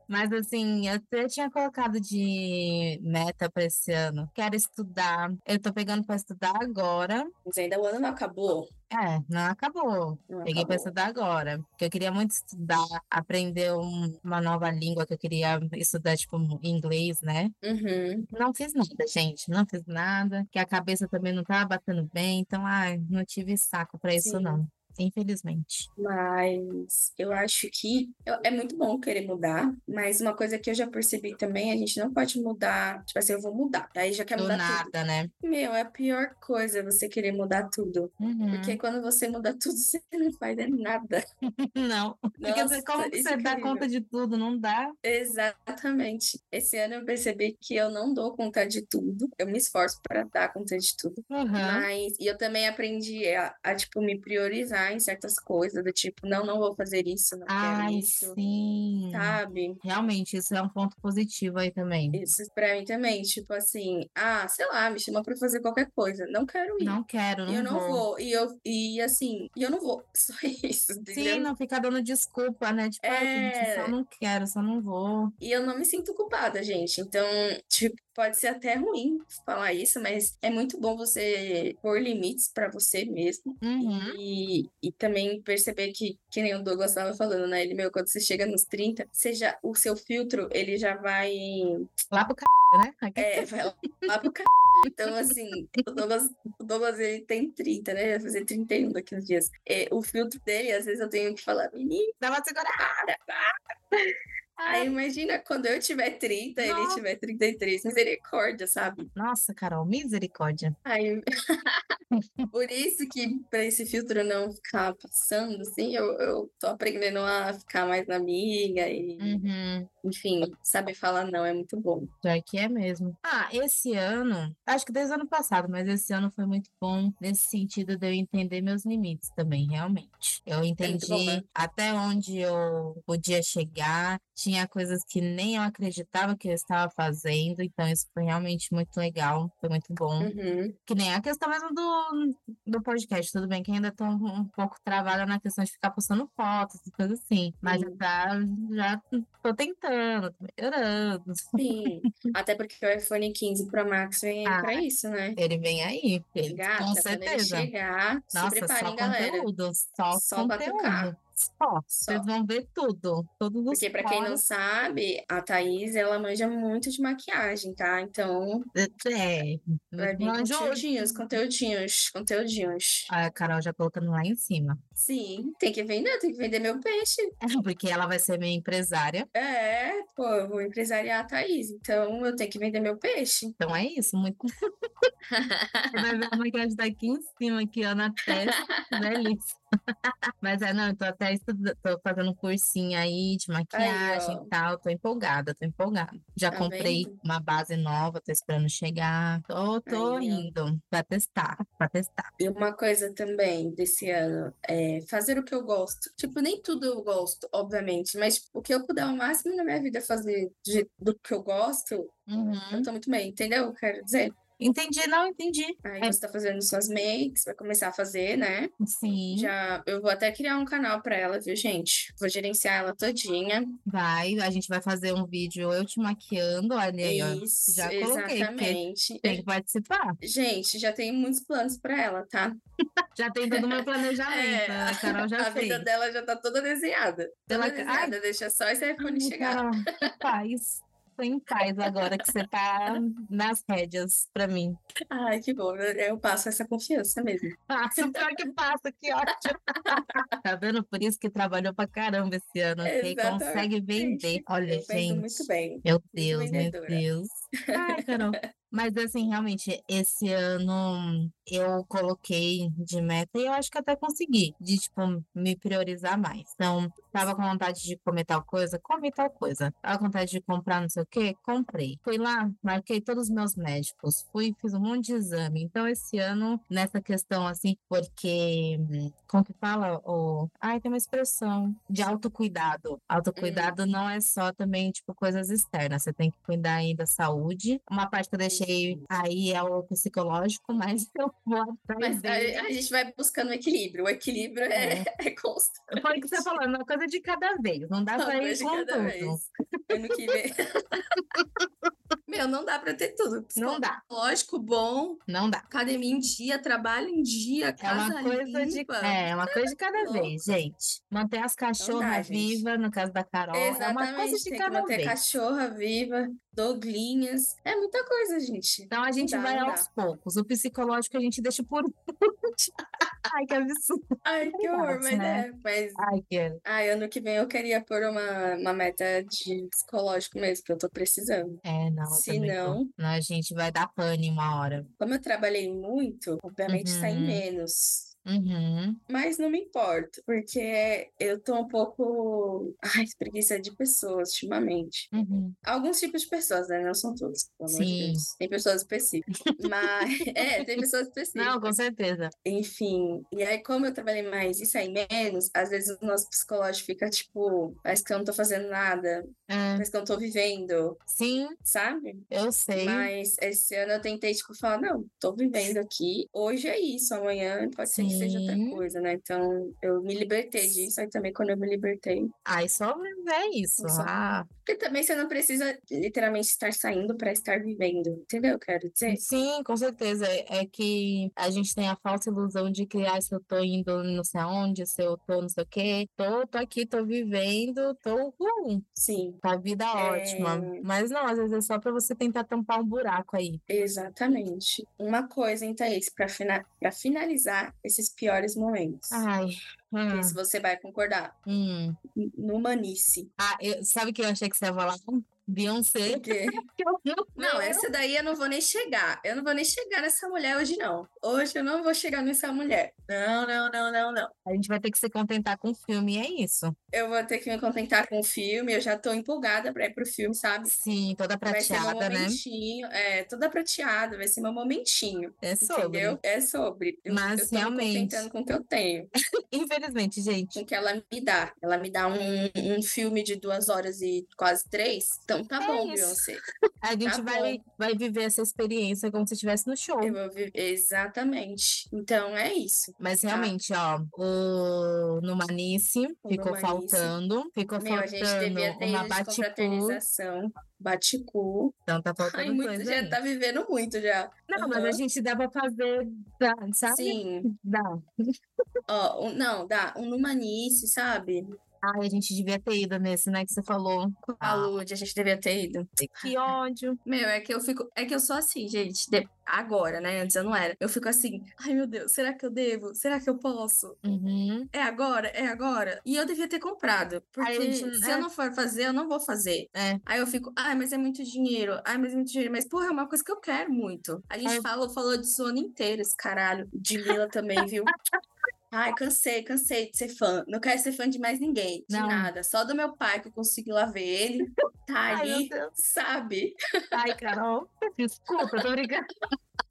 Speaker 1: mas assim, eu até tinha colocado de meta pra esse ano. Quero estudar. Eu tô pegando pra estudar agora.
Speaker 2: Mas ainda o ano não acabou.
Speaker 1: É, não acabou.
Speaker 2: Não
Speaker 1: Peguei pra
Speaker 2: acabou.
Speaker 1: estudar agora. Porque eu queria muito estudar, aprender um- uma nova língua que eu queria estudar, tipo, inglês, né?
Speaker 2: Uhum.
Speaker 1: Não fiz nada, gente. Não fiz nada. Que a cabeça também não tava batendo bem. Então, ai, não tive saco pra isso,
Speaker 2: Sim.
Speaker 1: não. Infelizmente.
Speaker 2: Mas eu acho que eu- é muito bom querer mudar, mas uma coisa que eu já percebi também, a gente não pode mudar, tipo assim, eu vou mudar, daí já quer
Speaker 1: Do
Speaker 2: mudar tudo.
Speaker 1: nada, né?
Speaker 2: Meu, é a pior coisa você querer mudar tudo,
Speaker 1: Uhum.
Speaker 2: porque quando você muda tudo, você não faz é nada.
Speaker 1: Uhum. Não. Porque você- como
Speaker 2: Nossa,
Speaker 1: que
Speaker 2: isso
Speaker 1: você tá
Speaker 2: que é
Speaker 1: dá
Speaker 2: horrível.
Speaker 1: conta de tudo? Não dá.
Speaker 2: Exatamente. Esse ano eu percebi que eu não dou conta de tudo, eu me esforço para dar conta de tudo.
Speaker 1: Aham.
Speaker 2: Mas, e eu também aprendi a, a, tipo, me priorizar em certas coisas, do tipo, não, não vou fazer isso, não quero
Speaker 1: Ai,
Speaker 2: é isso, Tá.
Speaker 1: sim.
Speaker 2: sabe?
Speaker 1: Realmente, isso é um ponto positivo aí também.
Speaker 2: Isso pra mim também, tipo assim, ah, sei lá, me chama pra fazer qualquer coisa, não quero ir,
Speaker 1: Não quero,
Speaker 2: e eu não
Speaker 1: não vou.
Speaker 2: vou, e eu, e assim, e eu não vou, só isso,
Speaker 1: Sim,
Speaker 2: entendeu?
Speaker 1: não ficar dando desculpa, né? Tipo, ai, gente, só
Speaker 2: É,
Speaker 1: não quero, só não vou.
Speaker 2: e eu não me sinto culpada, gente, então, tipo, pode ser até ruim falar isso, mas é muito bom você pôr limites pra você mesmo.
Speaker 1: Uhum.
Speaker 2: E, e também perceber que, que nem o Douglas estava falando, né? Ele, meu, quando você chega nos 30, você já, o seu filtro, ele já vai,
Speaker 1: Lá pro c, né? Aqui-
Speaker 2: é, vai lá pro c... Então, assim, o Douglas, o Douglas, ele tem 30, né? Ele Vai fazer 31 daqui uns dias. É, o filtro dele, às vezes eu tenho que falar, menino,
Speaker 1: Dá uma segurada.
Speaker 2: para, para. Aí imagina quando eu tiver 30, ele
Speaker 1: Nossa.
Speaker 2: tiver 33, misericórdia, sabe?
Speaker 1: Nossa, Carol, misericórdia.
Speaker 2: Aí Por isso que para esse filtro não ficar passando, assim, eu, eu tô aprendendo a ficar mais na minha e,
Speaker 1: Uhum.
Speaker 2: enfim, saber falar não é muito bom.
Speaker 1: Pior que é mesmo. Ah, esse ano, acho que desde o ano passado, mas esse ano foi muito bom nesse sentido de eu entender meus limites também, realmente. Eu
Speaker 2: É muito bom, né?
Speaker 1: entendi até onde eu podia chegar, tinha coisas que nem eu acreditava que eu estava fazendo, então isso foi realmente muito legal, foi muito bom.
Speaker 2: Uhum.
Speaker 1: Que nem a questão mesmo do, do podcast, tudo bem que ainda tô um, um pouco travada na questão de ficar postando fotos e coisa assim, mas já,
Speaker 2: Sim.
Speaker 1: tá- já tô tentando, tô melhorando.
Speaker 2: Sim. Até porque o iPhone 15 Pro Max vem aí
Speaker 1: Ah,
Speaker 2: pra isso, né?
Speaker 1: Ele vem aí, ele- com
Speaker 2: Gata, quando ele
Speaker 1: certeza.
Speaker 2: chegar, se
Speaker 1: Nossa,
Speaker 2: preparem,
Speaker 1: só
Speaker 2: galera.
Speaker 1: conteúdo, só
Speaker 2: Só batucar.
Speaker 1: conteúdo. Só.
Speaker 2: Só.
Speaker 1: Vocês vão ver tudo, todos os
Speaker 2: Porque para quem não
Speaker 1: poros.
Speaker 2: sabe, a Thaís, ela manja muito de maquiagem, tá? Então,
Speaker 1: É,
Speaker 2: vai vir
Speaker 1: mas hoje.
Speaker 2: conteúdinhos, conteúdinhos, conteúdinhos.
Speaker 1: A Carol já colocando lá em cima.
Speaker 2: Sim, tem que vender, tem que vender meu peixe.
Speaker 1: Porque ela vai ser minha empresária.
Speaker 2: É, pô, eu vou empresariar a Thaís, então eu tenho que vender meu peixe.
Speaker 1: Então é isso. Muito... É Você vai ver a maquiagem daqui em cima, aqui, ó, na testa. Delícia. Mas é, não, eu tô até estudando, tô fazendo um cursinho aí de maquiagem
Speaker 2: ó.
Speaker 1: e tal. Tô empolgada, tô empolgada. Já
Speaker 2: Tá
Speaker 1: comprei
Speaker 2: vendo?
Speaker 1: uma base nova, tô esperando chegar. Tô, tô
Speaker 2: Aí, ó.
Speaker 1: indo pra testar, pra testar.
Speaker 2: E uma coisa também desse ano é fazer o que eu gosto. Tipo, nem tudo eu gosto, obviamente, mas tipo, o que eu puder ao máximo na minha vida fazer do jeito- do que eu gosto, eu
Speaker 1: Uhum.
Speaker 2: tô muito bem, entendeu? o que eu Quero dizer.
Speaker 1: Entendi, não entendi.
Speaker 2: Aí
Speaker 1: É,
Speaker 2: você tá fazendo suas makes, vai começar a fazer, né?
Speaker 1: sim,
Speaker 2: Já, eu vou até criar um canal pra ela, viu, gente? Vou gerenciar ela todinha.
Speaker 1: vai. A gente vai fazer um vídeo eu te maquiando. Olha aí, ó.
Speaker 2: Isso,
Speaker 1: Já coloquei, porque
Speaker 2: exatamente.
Speaker 1: tem que participar.
Speaker 2: Gente, já tem muitos planos pra ela, tá?
Speaker 1: Já tem todo o meu planejamento.
Speaker 2: É,
Speaker 1: A Carol já
Speaker 2: a vida
Speaker 1: fez.
Speaker 2: dela já tá toda desenhada. Toda
Speaker 1: Ela- Ai,
Speaker 2: desenhada, deixa só esse
Speaker 1: Ai,
Speaker 2: iPhone é chegar.
Speaker 1: Carol, que paz. Tô em paz agora que você tá nas rédeas pra mim.
Speaker 2: Ai, que bom, eu eu passo essa confiança mesmo.
Speaker 1: Passa, pior que passa, que ótimo. Tá vendo? Por isso que trabalhou pra caramba esse ano, ok? Consegue vender.
Speaker 2: Exatamente.
Speaker 1: Olha,
Speaker 2: Eu vendo muito
Speaker 1: gente.
Speaker 2: bem.
Speaker 1: Meu
Speaker 2: Muito
Speaker 1: Deus, meu
Speaker 2: vendedora.
Speaker 1: Deus. Ai, Carol. Mas assim, realmente, esse ano eu coloquei de meta e eu acho que até consegui, de tipo, me priorizar mais. Então, tava com vontade de comer tal coisa, comi tal coisa. Tava com vontade de comprar não sei o quê, comprei. Fui lá, marquei todos os meus médicos, fui, fiz um monte de exame. Então, esse ano, nessa questão assim, porque, hum, como que fala? O... Ai, tem uma expressão de
Speaker 2: Uhum.
Speaker 1: autocuidado. Autocuidado não é só também, tipo, coisas externas, você tem que cuidar aí da saúde saúde. Uma parte que eu deixei aí é o psicológico, mas eu vou atrás
Speaker 2: Mas
Speaker 1: dele.
Speaker 2: a, a gente vai buscando o equilíbrio. O equilíbrio é, é constante.
Speaker 1: Foi o que você falou, é uma coisa de cada vez. Não dá
Speaker 2: Uma
Speaker 1: pra ir
Speaker 2: coisa de
Speaker 1: com
Speaker 2: cada
Speaker 1: tudo.
Speaker 2: vez. Ano que vem. Meu, não dá pra ter tudo.
Speaker 1: Não dá,
Speaker 2: Lógico, bom,
Speaker 1: não dá.
Speaker 2: academia em dia, trabalho em dia,
Speaker 1: É
Speaker 2: casa
Speaker 1: uma coisa de,
Speaker 2: limpa.
Speaker 1: é, é uma coisa de cada
Speaker 2: louco.
Speaker 1: vez, gente. Manter as cachorras
Speaker 2: gente.
Speaker 1: vivas, no caso da Carol, é uma coisa
Speaker 2: Exatamente,
Speaker 1: de
Speaker 2: tem que
Speaker 1: cada
Speaker 2: manter
Speaker 1: vez.
Speaker 2: cachorra viva, doglinhas. É muita coisa, gente.
Speaker 1: Então a gente
Speaker 2: dá,
Speaker 1: vai
Speaker 2: não dá.
Speaker 1: aos poucos. O psicológico a gente deixa por último. Ai, que absurdo.
Speaker 2: Ai, que
Speaker 1: Verdade,
Speaker 2: horror, mas
Speaker 1: né?
Speaker 2: é. Mas
Speaker 1: Ai, que...
Speaker 2: ai, ano que vem eu queria pôr uma, uma meta de psicológico mesmo, que eu tô precisando.
Speaker 1: É, não. eu
Speaker 2: Se
Speaker 1: também tô.
Speaker 2: não,
Speaker 1: não, a gente vai dar pane uma hora.
Speaker 2: como eu trabalhei muito, obviamente sai
Speaker 1: Uhum.
Speaker 2: menos.
Speaker 1: Uhum.
Speaker 2: Mas não me importo, porque eu tô um pouco. Ai, preguiça de pessoas ultimamente.
Speaker 1: Uhum.
Speaker 2: Alguns tipos de pessoas, né? Não são todos, pelo amor de
Speaker 1: Sim.
Speaker 2: Deus. Tem pessoas específicas. Mas. É, tem pessoas específicas.
Speaker 1: Não, com certeza.
Speaker 2: Enfim. E aí, como eu trabalhei mais e saí menos, às vezes o nosso psicológico fica tipo: parece que eu não tô fazendo nada,
Speaker 1: É,
Speaker 2: parece que eu não tô vivendo,
Speaker 1: sim,
Speaker 2: sabe?
Speaker 1: eu sei.
Speaker 2: Mas esse ano eu tentei, tipo, falar, não, tô vivendo aqui, hoje é isso, amanhã pode ser que seja outra
Speaker 1: Sim.
Speaker 2: coisa, né? Então, eu me libertei disso, aí também quando eu me libertei.
Speaker 1: Ai, só é isso.
Speaker 2: Só-
Speaker 1: Ah,
Speaker 2: Porque também você não precisa literalmente estar saindo pra estar vivendo, entendeu? o que eu Quero dizer.
Speaker 1: Sim, com certeza. É é que a gente tem a falsa ilusão de que ah, se eu tô indo não sei aonde, se eu tô não sei o quê, tô, tô aqui, tô vivendo, tô uhul,
Speaker 2: Sim,
Speaker 1: tá vida ótima.
Speaker 2: É.
Speaker 1: Mas não, às vezes é só pra você tentar tampar um buraco aí.
Speaker 2: exatamente. Uma coisa, então, é isso, pra, fina... pra finalizar esses piores momentos.
Speaker 1: Ai,
Speaker 2: Não
Speaker 1: ah,
Speaker 2: sei Se você vai concordar,
Speaker 1: hum.
Speaker 2: n- no Manice.
Speaker 1: Ah, eu- sabe o que eu achei que você ia falar? Beyoncé.
Speaker 2: Porque...
Speaker 1: que eu não-
Speaker 2: Não, é essa daí eu não vou nem chegar. Eu não vou nem chegar nessa mulher hoje, não. Hoje eu não vou chegar nessa mulher. Não, não, não, não, não.
Speaker 1: A gente vai ter que se contentar com o filme, é isso.
Speaker 2: Eu vou ter que me contentar com o filme. Eu já tô empolgada pra ir pro filme, sabe?
Speaker 1: Sim, toda
Speaker 2: Vai ser um meu
Speaker 1: prateada, né?
Speaker 2: momentinho. É, toda prateada. Vai ser meu momentinho.
Speaker 1: É sobre.
Speaker 2: Entendeu? É sobre. Eu,
Speaker 1: Mas
Speaker 2: eu tô
Speaker 1: realmente.
Speaker 2: me contentando com o que eu tenho.
Speaker 1: Infelizmente, gente.
Speaker 2: Com o que ela me dá. Ela me dá um, um filme de duas horas e quase três. Então tá
Speaker 1: É
Speaker 2: bom,
Speaker 1: isso.
Speaker 2: Beyoncé.
Speaker 1: A gente vai, vai viver essa experiência como se estivesse no show.
Speaker 2: Tá Eu vou viver. Exatamente. Então é isso.
Speaker 1: Mas realmente, ó, o Numanice
Speaker 2: O
Speaker 1: ficou
Speaker 2: Numanice.
Speaker 1: faltando. Ficou
Speaker 2: Meu, a gente
Speaker 1: faltando
Speaker 2: devia ter
Speaker 1: uma
Speaker 2: ido de
Speaker 1: baticu.
Speaker 2: confraternização. Baticu.
Speaker 1: Então tá faltando
Speaker 2: Ai, muito,
Speaker 1: coisa
Speaker 2: já
Speaker 1: aí.
Speaker 2: tá vivendo muito já.
Speaker 1: Não, mas a
Speaker 2: Aham.
Speaker 1: gente dá pra fazer, dá, sabe?
Speaker 2: Sim.
Speaker 1: Dá.
Speaker 2: Ó, um- não, dá. Um Numanice, sabe?
Speaker 1: Ai, a gente devia ter ido nesse, né, que você falou.
Speaker 2: A
Speaker 1: Ah,
Speaker 2: Lud, a gente devia ter ido.
Speaker 1: que ódio.
Speaker 2: Meu, é que eu fico. É que eu sou assim, gente. de- Agora, né? Antes eu não era. Eu fico assim, ai meu Deus, será que eu devo? Será que eu posso?
Speaker 1: Uhum.
Speaker 2: É agora? É agora? E eu devia ter comprado.
Speaker 1: Aí a
Speaker 2: Porque
Speaker 1: gente-
Speaker 2: se
Speaker 1: é.
Speaker 2: eu não for fazer, eu não vou fazer.
Speaker 1: É.
Speaker 2: Aí eu fico, ai, mas é muito dinheiro. Ai, mas é muito dinheiro. Mas, porra, é uma coisa que eu quero muito. A gente
Speaker 1: Ai.
Speaker 2: falou, falou disso o ano inteiro, esse caralho. De Lila também, viu? Ai, cansei, cansei de ser fã. Não quero ser fã de mais ninguém, de
Speaker 1: Não.
Speaker 2: nada. Só do meu pai que eu consigo ir lá ver ele. Tá
Speaker 1: Ai, meu
Speaker 2: ali,
Speaker 1: Deus.
Speaker 2: sabe?
Speaker 1: Ai, Carol. Desculpa, eu tô brincando.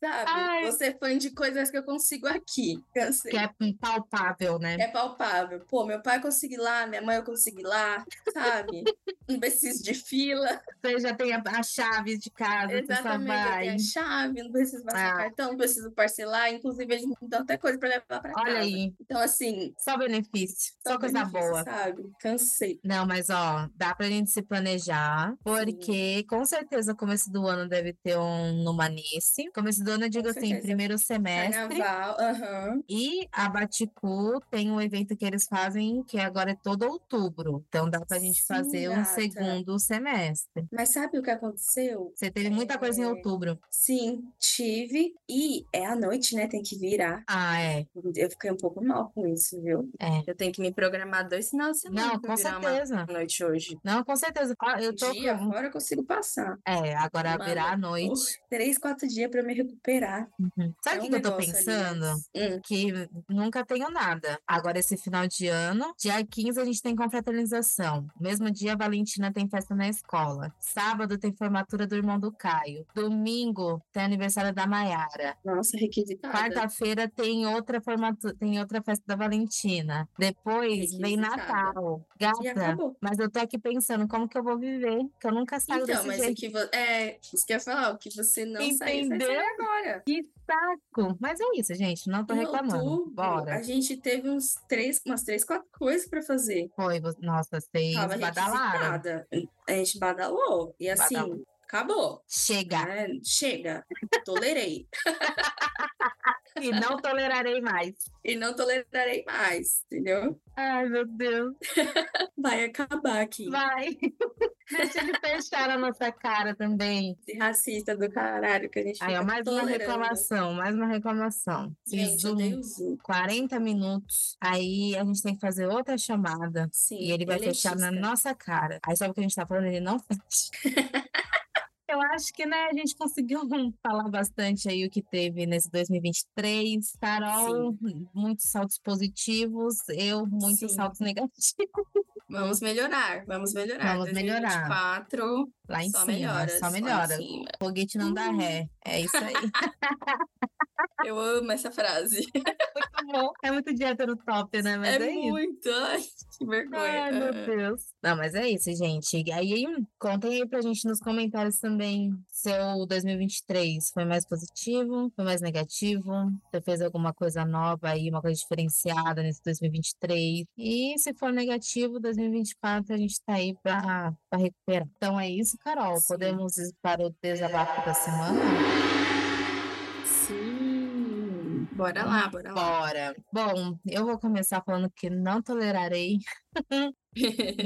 Speaker 2: Sabe?
Speaker 1: Ai.
Speaker 2: Vou ser fã de coisas que eu consigo aqui. Cansei.
Speaker 1: Que é palpável, né?
Speaker 2: É palpável. Pô, meu pai consegui lá, minha mãe eu consegui lá, sabe? Não preciso de fila.
Speaker 1: Você já tem a, a chave de casa, Ah, você só
Speaker 2: Exatamente, eu
Speaker 1: vai.
Speaker 2: tenho a chave, não preciso passar
Speaker 1: Ah.
Speaker 2: cartão, não preciso parcelar. Inclusive, eles me dão até coisa pra levar pra casa.
Speaker 1: Olha aí,
Speaker 2: Então, assim,
Speaker 1: só benefício, só, coisa
Speaker 2: benefício,
Speaker 1: boa.
Speaker 2: Sabe? Cansei.
Speaker 1: Não, mas ó, dá pra gente se planejar, porque com certeza começo do ano deve ter um Numanice. Começo do ano, eu digo assim,
Speaker 2: certeza.
Speaker 1: primeiro semestre.
Speaker 2: Carnaval, aham.
Speaker 1: E a Baticu tem um evento que eles fazem que agora é todo outubro. Então dá pra gente
Speaker 2: Sim,
Speaker 1: fazer um
Speaker 2: gata.
Speaker 1: segundo semestre.
Speaker 2: Mas sabe o que aconteceu?
Speaker 1: Você teve muita coisa em
Speaker 2: É.
Speaker 1: outubro.
Speaker 2: Sim, tive. E é à noite, né? Tem que virar.
Speaker 1: Ah, é.
Speaker 2: Eu fiquei um pouco mal com isso, viu?
Speaker 1: É.
Speaker 2: Eu tenho que me programar dois finais de semana
Speaker 1: Não,
Speaker 2: pra
Speaker 1: com
Speaker 2: virar uma
Speaker 1: certeza.
Speaker 2: noite hoje.
Speaker 1: Não, com certeza. Ó, Eu tô
Speaker 2: dia
Speaker 1: com...
Speaker 2: fora eu consigo passar.
Speaker 1: É, agora
Speaker 2: Mano,
Speaker 1: virar à noite.
Speaker 2: Três, quatro dias pra me superar.
Speaker 1: Uhum. Sabe
Speaker 2: É
Speaker 1: o que,
Speaker 2: um
Speaker 1: que eu tô
Speaker 2: negócio ali,
Speaker 1: pensando?
Speaker 2: mas- Hum.
Speaker 1: Que nunca tenho nada. Agora, esse final de ano, dia 15, a gente tem confraternização. Mesmo dia, a Valentina tem festa na escola. Sábado tem formatura do irmão do Caio. Domingo tem aniversário da Maiara.
Speaker 2: Nossa, requisitada.
Speaker 1: Quarta-feira tem outra formatura, tem outra festa da Valentina. Depois vem
Speaker 2: Requisitada.
Speaker 1: Natal.
Speaker 2: E
Speaker 1: Gata.
Speaker 2: acabou.
Speaker 1: Mas eu tô aqui pensando como que eu vou viver, que eu nunca saio
Speaker 2: Então,
Speaker 1: desse
Speaker 2: mas
Speaker 1: jeito.
Speaker 2: o que vo... é, isso que eu ia falar, o que você não saiu, você
Speaker 1: Entendeu?
Speaker 2: saiu agora.
Speaker 1: Que saco! Mas é isso, gente. Não tô
Speaker 2: Em
Speaker 1: reclamando.
Speaker 2: outubro,
Speaker 1: Bora.
Speaker 2: a gente teve uns três, umas três, quatro coisas pra fazer.
Speaker 1: Foi, vo- nossa, vocês
Speaker 2: Tava
Speaker 1: badalaram.
Speaker 2: requisitada. A gente badalou. E assim,
Speaker 1: Badalou.
Speaker 2: acabou.
Speaker 1: Chega!
Speaker 2: né? Chega. Tolerei.
Speaker 1: E não tolerarei mais.
Speaker 2: e não tolerarei mais, entendeu?
Speaker 1: Ai, meu Deus.
Speaker 2: Vai acabar aqui.
Speaker 1: Vai. Deixa ele fechar a nossa cara também.
Speaker 2: Esse racista do caralho que a gente
Speaker 1: Aí, ó,
Speaker 2: fica
Speaker 1: mais uma
Speaker 2: tolerando.
Speaker 1: reclamação, mais uma reclamação.
Speaker 2: Gente,
Speaker 1: Fiz
Speaker 2: eu
Speaker 1: um
Speaker 2: dei o Zoom.
Speaker 1: 40 minutos, aí a gente tem que fazer outra chamada.
Speaker 2: Sim, é
Speaker 1: E ele é vai fechar na
Speaker 2: elitista.
Speaker 1: nossa cara. Aí sabe o que a gente tá falando? Ele não fecha. Eu acho que, né, a gente conseguiu falar bastante aí o que teve nesse 2023. Carol, muitos saltos positivos. Eu, muitos
Speaker 2: Sim.
Speaker 1: saltos negativos.
Speaker 2: Vamos melhorar, vamos melhorar.
Speaker 1: Vamos melhorar.
Speaker 2: 2024,
Speaker 1: Lá em
Speaker 2: só
Speaker 1: cima,
Speaker 2: melhoras.
Speaker 1: só
Speaker 2: lá em
Speaker 1: melhora.
Speaker 2: cima.
Speaker 1: Foguete não dá
Speaker 2: Hum.
Speaker 1: ré. É isso aí.
Speaker 2: Eu amo essa frase.
Speaker 1: muito bom. É muito dieta no top, né? Mas
Speaker 2: é
Speaker 1: é, isso.
Speaker 2: muito. Ai, que vergonha. Ah,
Speaker 1: Ai, meu Deus. Não, mas é isso, gente. E Aí, contem aí pra gente nos comentários também seu 2023 foi mais positivo, foi mais negativo? Você fez alguma coisa nova aí, uma coisa diferenciada nesse 2023? E se for negativo, 2024 a gente tá aí pra, pra recuperar. Então é isso, Carol.
Speaker 2: Sim.
Speaker 1: Podemos ir para o desabafo da semana?
Speaker 2: Sim. Bora lá, bora lá.
Speaker 1: Bora. Bom, eu vou começar falando que não tolerarei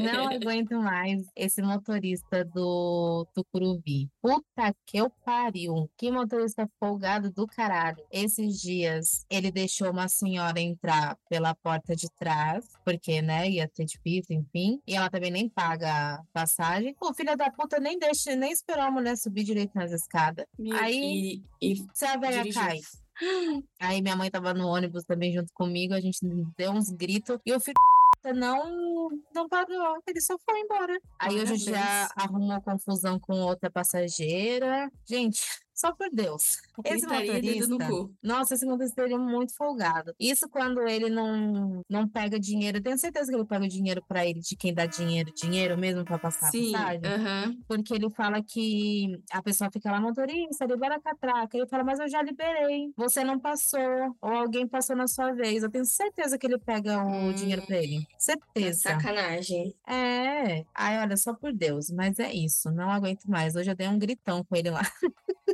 Speaker 1: Não aguento mais esse motorista do Tucuruvi. Puta que eu pariu. Que motorista folgado do caralho. Esses dias ele deixou uma senhora entrar pela porta de trás, porque, né, ia ser difícil, enfim. E ela também nem paga a passagem. O filho da puta nem deixa, nem esperou a mulher subir direito nas escadas.
Speaker 2: Meu,
Speaker 1: Aí-
Speaker 2: E, e
Speaker 1: Se é a velha
Speaker 2: dirigiu.
Speaker 1: cai. Aí minha mãe tava no ônibus também junto comigo, a gente deu uns gritos e eu filho da puta não não parou, ele só foi embora. Aí hoje já
Speaker 2: Parabéns.
Speaker 1: arrumou confusão com outra passageira. Gente, só por Deus. Esse
Speaker 2: Gritaria, dedo no
Speaker 1: motorista,
Speaker 2: cu.
Speaker 1: nossa, esse motorista ele é muito folgado. Isso quando ele não não pega dinheiro, eu tenho certeza que ele paga o dinheiro pra ele de quem dá dinheiro, dinheiro mesmo pra passar
Speaker 2: Sim,
Speaker 1: a passagem
Speaker 2: aham.
Speaker 1: porque ele fala que a pessoa fica lá, motorista, libera a catraca. Ele fala, mas eu já liberei, você não passou, ou alguém passou na sua vez. Eu tenho certeza que ele pega o
Speaker 2: Hum,
Speaker 1: dinheiro pra ele. Certeza.
Speaker 2: Tá Sacanagem.
Speaker 1: É. Ai, olha, só por Deus, mas é isso, não aguento mais. Hoje eu dei um gritão com ele lá.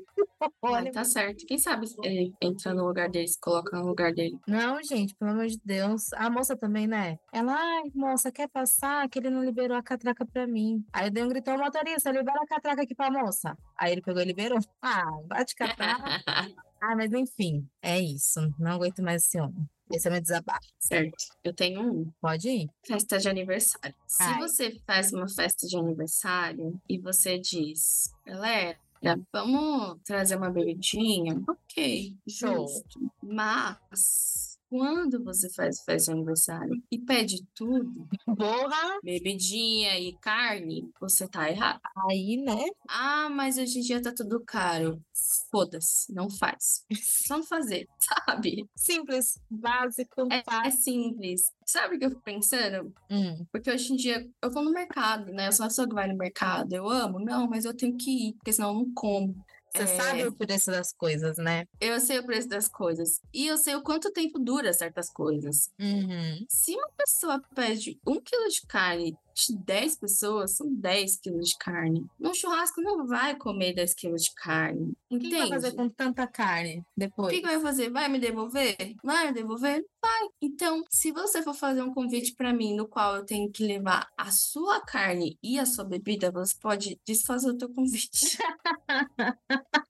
Speaker 2: Olha,
Speaker 1: Olha,
Speaker 2: tá certo. Quem sabe ele entra no lugar dele, se coloca no lugar dele.
Speaker 1: não, gente, pelo amor de Deus. A moça também, né? Ela, ai, moça, quer passar? Que ele não liberou a catraca pra mim. Aí eu dei um gritão, motorista, libera a catraca aqui pra moça. Aí ele pegou e liberou. Ah, bate catraca. Ah, mas enfim, é isso. Não aguento mais esse homem. Esse é meu desabafo.
Speaker 2: certo. Eu tenho um.
Speaker 1: Pode ir?
Speaker 2: Festa de aniversário. Se
Speaker 1: Ai.
Speaker 2: você faz uma festa de aniversário e você diz, galera, vamos trazer uma bebidinha, ok,
Speaker 1: Show.
Speaker 2: justo. Mas quando você faz festa de aniversário e pede tudo,
Speaker 1: Porra!
Speaker 2: bebidinha e carne, você tá errado.
Speaker 1: Aí, né?
Speaker 2: Ah, mas hoje em dia tá tudo caro. Foda-se, não faz. Só não fazer, sabe?
Speaker 1: Simples, básico,
Speaker 2: É, é
Speaker 1: fácil.
Speaker 2: simples. Sabe o que eu fico pensando?
Speaker 1: Hum,
Speaker 2: Porque hoje em dia eu vou no mercado, né? Eu sou uma pessoa que vai no mercado. Eu amo? Não, mas eu tenho que ir, porque senão eu não como.
Speaker 1: Você
Speaker 2: É.
Speaker 1: sabe o preço das coisas, né?
Speaker 2: Eu sei o preço das coisas. E eu sei o quanto tempo dura certas coisas.
Speaker 1: Uhum.
Speaker 2: Se uma pessoa pede um quilo de carne de 10 pessoas, são 10 quilos de carne. Num churrasco não vai comer 10 quilos de carne.
Speaker 1: O que que vai
Speaker 2: Entende?
Speaker 1: fazer com tanta carne
Speaker 2: O
Speaker 1: depois?
Speaker 2: que, que vai fazer? Vai me devolver? Vai me devolver? Vai. Então, se você for fazer um convite pra mim, no qual eu tenho que levar a sua carne e a sua bebida, você pode desfazer o teu convite.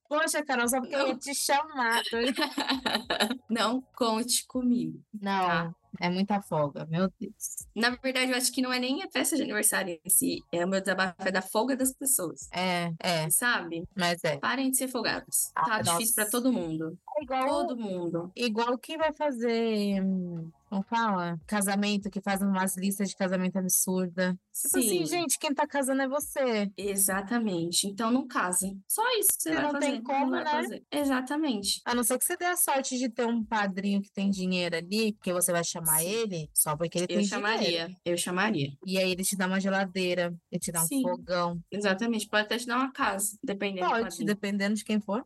Speaker 1: Poxa, Carol, só porque eu ia
Speaker 2: Não.
Speaker 1: te chamar.
Speaker 2: Não conte comigo.
Speaker 1: Não, é muita folga, meu Deus.
Speaker 2: Na verdade, eu acho que não é nem a festa de aniversário em si. É o meu desabafo, é da folga das pessoas.
Speaker 1: É, é,
Speaker 2: Sabe?
Speaker 1: mas é.
Speaker 2: Parem de ser folgados.
Speaker 1: Ah,
Speaker 2: Tá difícil pra
Speaker 1: nossa.
Speaker 2: todo mundo.
Speaker 1: É igual,
Speaker 2: Todo mundo.
Speaker 1: igual quem vai fazer, hum, como fala? Casamento, que faz umas listas de casamento absurda. Tipo assim,
Speaker 2: Sim,
Speaker 1: gente, quem tá casando é você.
Speaker 2: exatamente. Então não casem. Só isso que você
Speaker 1: Se
Speaker 2: vai
Speaker 1: não tem
Speaker 2: fazer.
Speaker 1: como,
Speaker 2: vai
Speaker 1: né?
Speaker 2: fazer. Exatamente.
Speaker 1: A não ser que você dê a sorte de ter um padrinho que tem dinheiro ali, porque você vai chamar
Speaker 2: Sim.
Speaker 1: ele só porque ele
Speaker 2: Eu
Speaker 1: tem dinheiro.
Speaker 2: chamaria. Eu chamaria.
Speaker 1: E aí ele te dá uma geladeira, ele te dá um
Speaker 2: Sim.
Speaker 1: fogão.
Speaker 2: Exatamente. Pode até te dar uma casa, dependendo do
Speaker 1: Pode,
Speaker 2: padrinho.
Speaker 1: dependendo de quem for.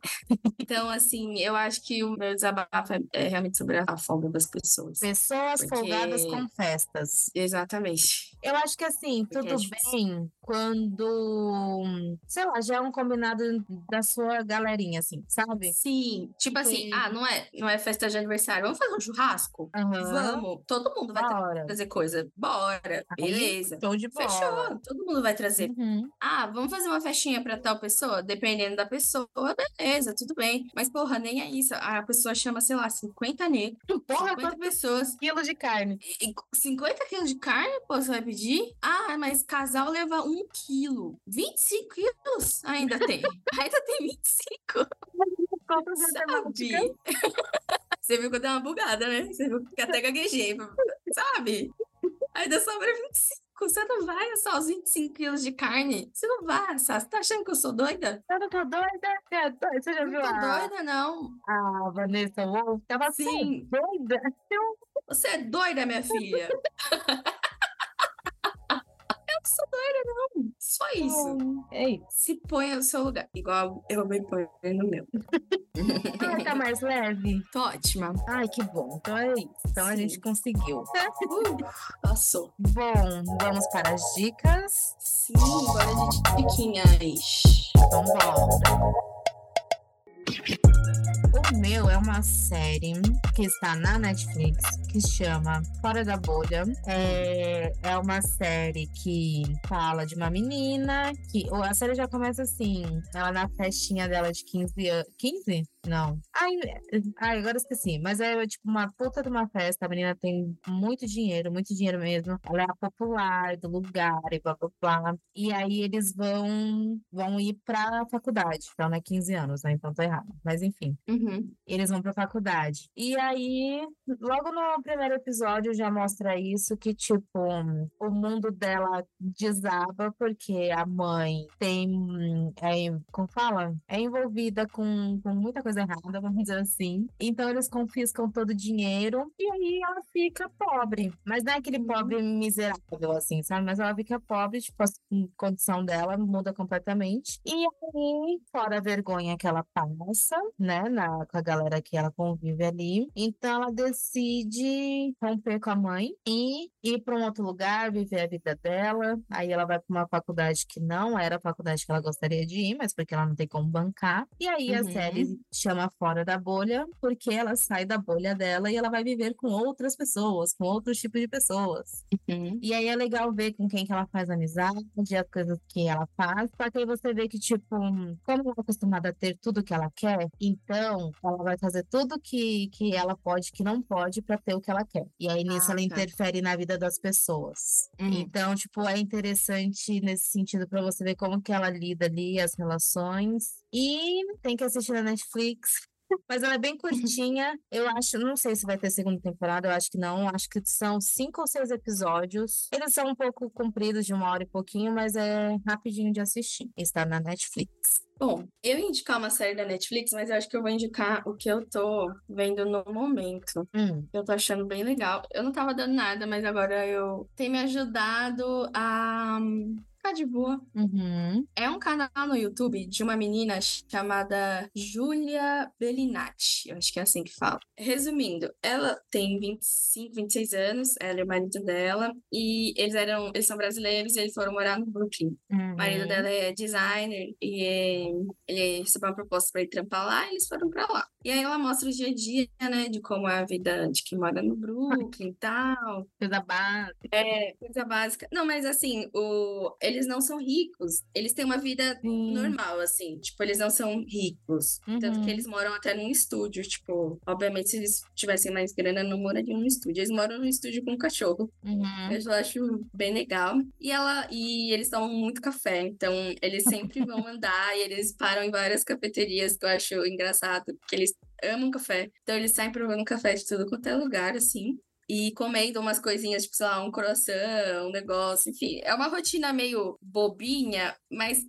Speaker 2: Então, assim, eu acho que o meu desabafo é- é realmente sobre a folga das pessoas.
Speaker 1: Pessoas folgadas
Speaker 2: Porque-
Speaker 1: com festas.
Speaker 2: Exatamente.
Speaker 1: Eu acho que assim,
Speaker 2: Porque é
Speaker 1: tudo
Speaker 2: difícil.
Speaker 1: bem quando, sei lá, já é um combinado da sua galerinha, assim, sabe?
Speaker 2: Sim, tipo assim,
Speaker 1: Sim.
Speaker 2: ah, não é, não é festa de aniversário, vamos fazer um churrasco?
Speaker 1: Aham.
Speaker 2: Vamos, todo mundo vai
Speaker 1: Da hora.
Speaker 2: trazer coisa. Bora,
Speaker 1: Aí,
Speaker 2: beleza.
Speaker 1: Show de bola.
Speaker 2: Fechou, todo mundo vai trazer.
Speaker 1: Uhum.
Speaker 2: Ah, vamos fazer uma festinha pra tal pessoa? Dependendo da pessoa, beleza, tudo bem. Mas, porra, nem é isso. A pessoa chama, sei lá, 50 negros,
Speaker 1: Porra,
Speaker 2: 50
Speaker 1: quantos
Speaker 2: pessoas.
Speaker 1: quilos de carne?
Speaker 2: E co- 50 quilos de carne, pô, você vai pedir? Ah, mas casal leva 1 quilo. 25 quilos ainda tem. Ainda tem 25,
Speaker 1: Compra é uma temática.
Speaker 2: sabe? Você viu que eu dei uma bugada, né? Você viu que até gaguejei, sabe? Ainda sobra 25. Você não vai assar os 25 quilos de carne? Você não vai assar. Você tá achando que eu sou doida?
Speaker 1: Eu não tô doida? Você é doida? Você já
Speaker 2: Eu
Speaker 1: viu
Speaker 2: não tô
Speaker 1: a,
Speaker 2: doida, não.
Speaker 1: a Vanessa Wolf? Tava assim,
Speaker 2: Sim.
Speaker 1: doida.
Speaker 2: Você é doida, minha filha. Eu não sou doida, não. Só isso.
Speaker 1: É isso.
Speaker 2: se põe no seu lugar. Igual eu me ponho no meu.
Speaker 1: Ah, tá mais leve?
Speaker 2: Tô ótima.
Speaker 1: Ai, que bom. Então é isso. Então a gente
Speaker 2: Sim.
Speaker 1: conseguiu. Tá
Speaker 2: Uh, passou.
Speaker 1: Bom, vamos para as dicas.
Speaker 2: Sim, agora de diquinhas.
Speaker 1: Então bora. O meu é uma série que está na Netflix que chama Fora da Bolha. É, é uma série que fala de uma menina que. ou A série já começa assim, ela na festinha dela de 15 anos. 15? Não. Ai, ai, Ah, agora esqueci. Mas é tipo uma puta de uma festa. A menina tem muito dinheiro, muito dinheiro mesmo. Ela é a popular do lugar e blá blá blá. E aí eles vão, vão ir pra faculdade. Então, não é 15 anos, né? Então tô errado. Mas enfim,
Speaker 2: Uhum.
Speaker 1: eles vão pra faculdade. E aí, logo no primeiro episódio já mostra isso: que, tipo, o mundo dela desaba porque a mãe tem. É, como fala? É envolvida com, com muita coisa errada, vamos dizer assim. Então eles confiscam todo o dinheiro e aí ela fica pobre. Mas não é aquele
Speaker 2: Uhum.
Speaker 1: pobre miserável, assim, sabe? Mas ela fica pobre, tipo, a condição dela muda completamente. E aí, fora a vergonha que ela passa, né, na, com a galera que ela convive ali. Então ela decide romper com a mãe e ir para um outro lugar, viver a vida dela. Aí ela vai para uma faculdade que não era a faculdade que ela gostaria de ir, mas porque ela não tem como bancar. E aí a
Speaker 2: Uhum.
Speaker 1: série chama Fora da Bolha, porque ela sai da bolha dela e ela vai viver com outras pessoas, com outros tipos de pessoas.
Speaker 2: Uhum.
Speaker 1: E aí é legal ver com quem que ela faz amizade, as coisas que ela faz. Só que aí você vê que, tipo, hum, como ela é acostumada a ter tudo que ela quer, então ela vai fazer tudo que, que ela pode, que não pode, pra ter o que ela quer. E aí nisso
Speaker 2: Ah,
Speaker 1: ela
Speaker 2: tá.
Speaker 1: interfere na vida das pessoas.
Speaker 2: Uhum.
Speaker 1: Então, tipo, é interessante nesse sentido pra você ver como que ela lida ali, as relações. E tem que assistir na Netflix. Mas ela é bem curtinha. Eu acho, não sei se vai ter segunda temporada, eu acho que não. Acho que são cinco ou seis episódios. Eles são um pouco compridos, de uma hora e pouquinho, mas é rapidinho de assistir. Está na Netflix.
Speaker 2: Bom, eu ia indicar uma série da Netflix, mas eu acho que eu vou indicar o que eu tô vendo no momento.
Speaker 1: Hum,
Speaker 2: Eu tô achando bem legal. Eu não tava dando nada, mas agora eu tem me ajudado a hum, ficar de boa.
Speaker 1: uhum.
Speaker 2: É um canal no YouTube de uma menina chamada Julia Bellinati, eu acho que é assim que fala. Resumindo, ela tem 25, 26 anos, ela e o marido dela, e eles eram, eles são brasileiros e eles foram morar no Brooklyn. O marido
Speaker 1: uhum.
Speaker 2: dela é designer e é- ele recebeu uma proposta para ir trampar lá, e eles foram para lá. E aí ela mostra o dia a dia, né, de como é a vida de quem mora no Brooklyn e tal,
Speaker 1: Coisa básica.
Speaker 2: é, coisa básica. Não, mas assim, o... ele eles não são ricos. Eles têm uma vida
Speaker 1: Sim.
Speaker 2: normal, assim. Tipo, eles não são ricos. Tanto
Speaker 1: Uhum.
Speaker 2: que eles moram até num estúdio. Tipo, obviamente, se eles tivessem mais grana, não morariam num estúdio. Eles moram num estúdio com um cachorro.
Speaker 1: Uhum.
Speaker 2: Eu já acho bem legal. E ela e eles tomam muito café, então eles sempre vão andar e eles param em várias cafeterias, que eu acho engraçado, porque eles amam café. Então eles saem provando café de tudo quanto é lugar, assim. E comendo umas coisinhas, tipo, sei lá, um croissant, um negócio, enfim. É uma rotina meio bobinha, mas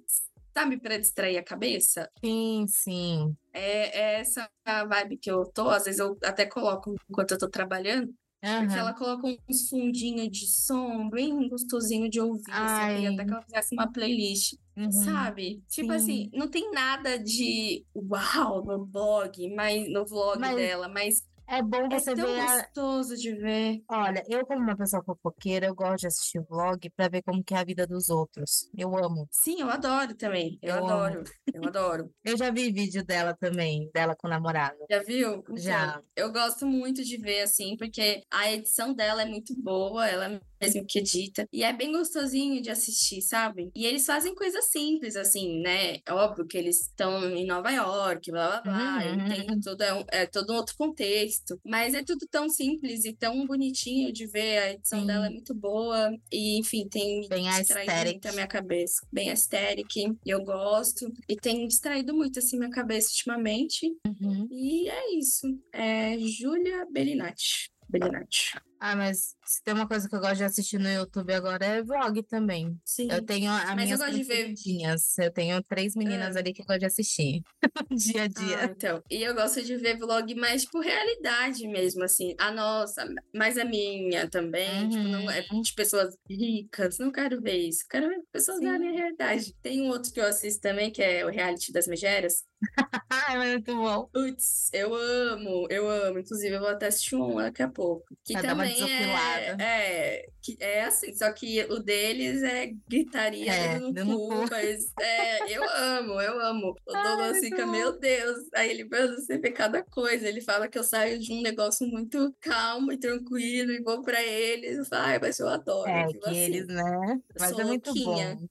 Speaker 2: sabe, para distrair a cabeça?
Speaker 1: Sim, sim.
Speaker 2: É, é essa a vibe que eu tô. Às vezes eu até coloco enquanto eu tô trabalhando, porque
Speaker 1: Aham.
Speaker 2: ela coloca uns fundinhos de som bem gostosinho de ouvir. Assim, eu queria até
Speaker 1: Ai.
Speaker 2: que ela fizesse uma playlist,
Speaker 1: Uhum.
Speaker 2: sabe? Tipo assim, não tem nada de uau no blog, mas no vlog
Speaker 1: Mas
Speaker 2: dela, mas
Speaker 1: É bom
Speaker 2: é
Speaker 1: você
Speaker 2: tão
Speaker 1: ver a,
Speaker 2: gostoso de ver.
Speaker 1: Olha, eu como uma pessoa fofoqueira, eu gosto de assistir vlog pra ver como que é a vida dos outros. Eu amo.
Speaker 2: Sim, eu adoro também. Eu
Speaker 1: Eu amo.
Speaker 2: adoro. Eu adoro.
Speaker 1: Eu já vi vídeo dela também, dela com o namorado.
Speaker 2: Já viu? Então,
Speaker 1: Já.
Speaker 2: Eu gosto muito de ver, assim, porque a edição dela é muito boa, ela mesmo que edita. E é bem gostosinho de assistir, sabe? E eles fazem coisas simples, assim, né? É óbvio que eles estão em Nova York, blá blá blá. Eu
Speaker 1: Uhum.
Speaker 2: entendo tudo, é, um- é todo um outro contexto. Mas é tudo tão simples e tão bonitinho de ver. A edição
Speaker 1: Sim.
Speaker 2: dela é muito boa. E, enfim, tem me
Speaker 1: Bem
Speaker 2: distraído muito a
Speaker 1: aesthetic.
Speaker 2: minha cabeça. Bem aesthetic, eu gosto. E tem distraído muito, assim, minha cabeça ultimamente.
Speaker 1: Uhum.
Speaker 2: E é isso. É Júlia Belinati. Belinati.
Speaker 1: Ah, mas se tem uma coisa que eu gosto de assistir no YouTube agora é vlog também.
Speaker 2: Sim.
Speaker 1: Eu tenho a- as
Speaker 2: Mas eu
Speaker 1: minhas
Speaker 2: gosto de ver-
Speaker 1: preferidinhas. Eu tenho três meninas
Speaker 2: Ah.
Speaker 1: ali que eu gosto de assistir. Dia a
Speaker 2: Ah,
Speaker 1: dia.
Speaker 2: então. E eu gosto de ver vlog mais por realidade mesmo, assim. A nossa, mas a minha também. Tipo, não é
Speaker 1: Uhum.
Speaker 2: de pessoas ricas. Não quero ver isso. Quero ver pessoas da
Speaker 1: Sim.
Speaker 2: minha realidade. Tem um outro que eu assisto também, que é o reality das megérias.
Speaker 1: Ah, é muito bom.
Speaker 2: Putz, eu amo, eu amo. Inclusive, eu vou até assistir um daqui a pouco. Que
Speaker 1: Pra dar uma
Speaker 2: também é,
Speaker 1: desopilada.
Speaker 2: é, que é assim, só que o deles é gritaria,
Speaker 1: É,
Speaker 2: dedo no
Speaker 1: dedo no
Speaker 2: cu,
Speaker 1: cu.
Speaker 2: mas é, eu amo, eu amo. O
Speaker 1: Ai,
Speaker 2: Douglas
Speaker 1: muito
Speaker 2: fica,
Speaker 1: bom.
Speaker 2: meu Deus. Aí ele, mano, você vê cada coisa. Ele fala que eu saio de um negócio muito calmo e tranquilo e vou pra eles. Eu falo, ai, mas eu adoro.
Speaker 1: É,
Speaker 2: eu vivo
Speaker 1: que eles,
Speaker 2: assim.
Speaker 1: né?
Speaker 2: Eu
Speaker 1: Mas
Speaker 2: sou
Speaker 1: é muito
Speaker 2: louquinha.
Speaker 1: bom.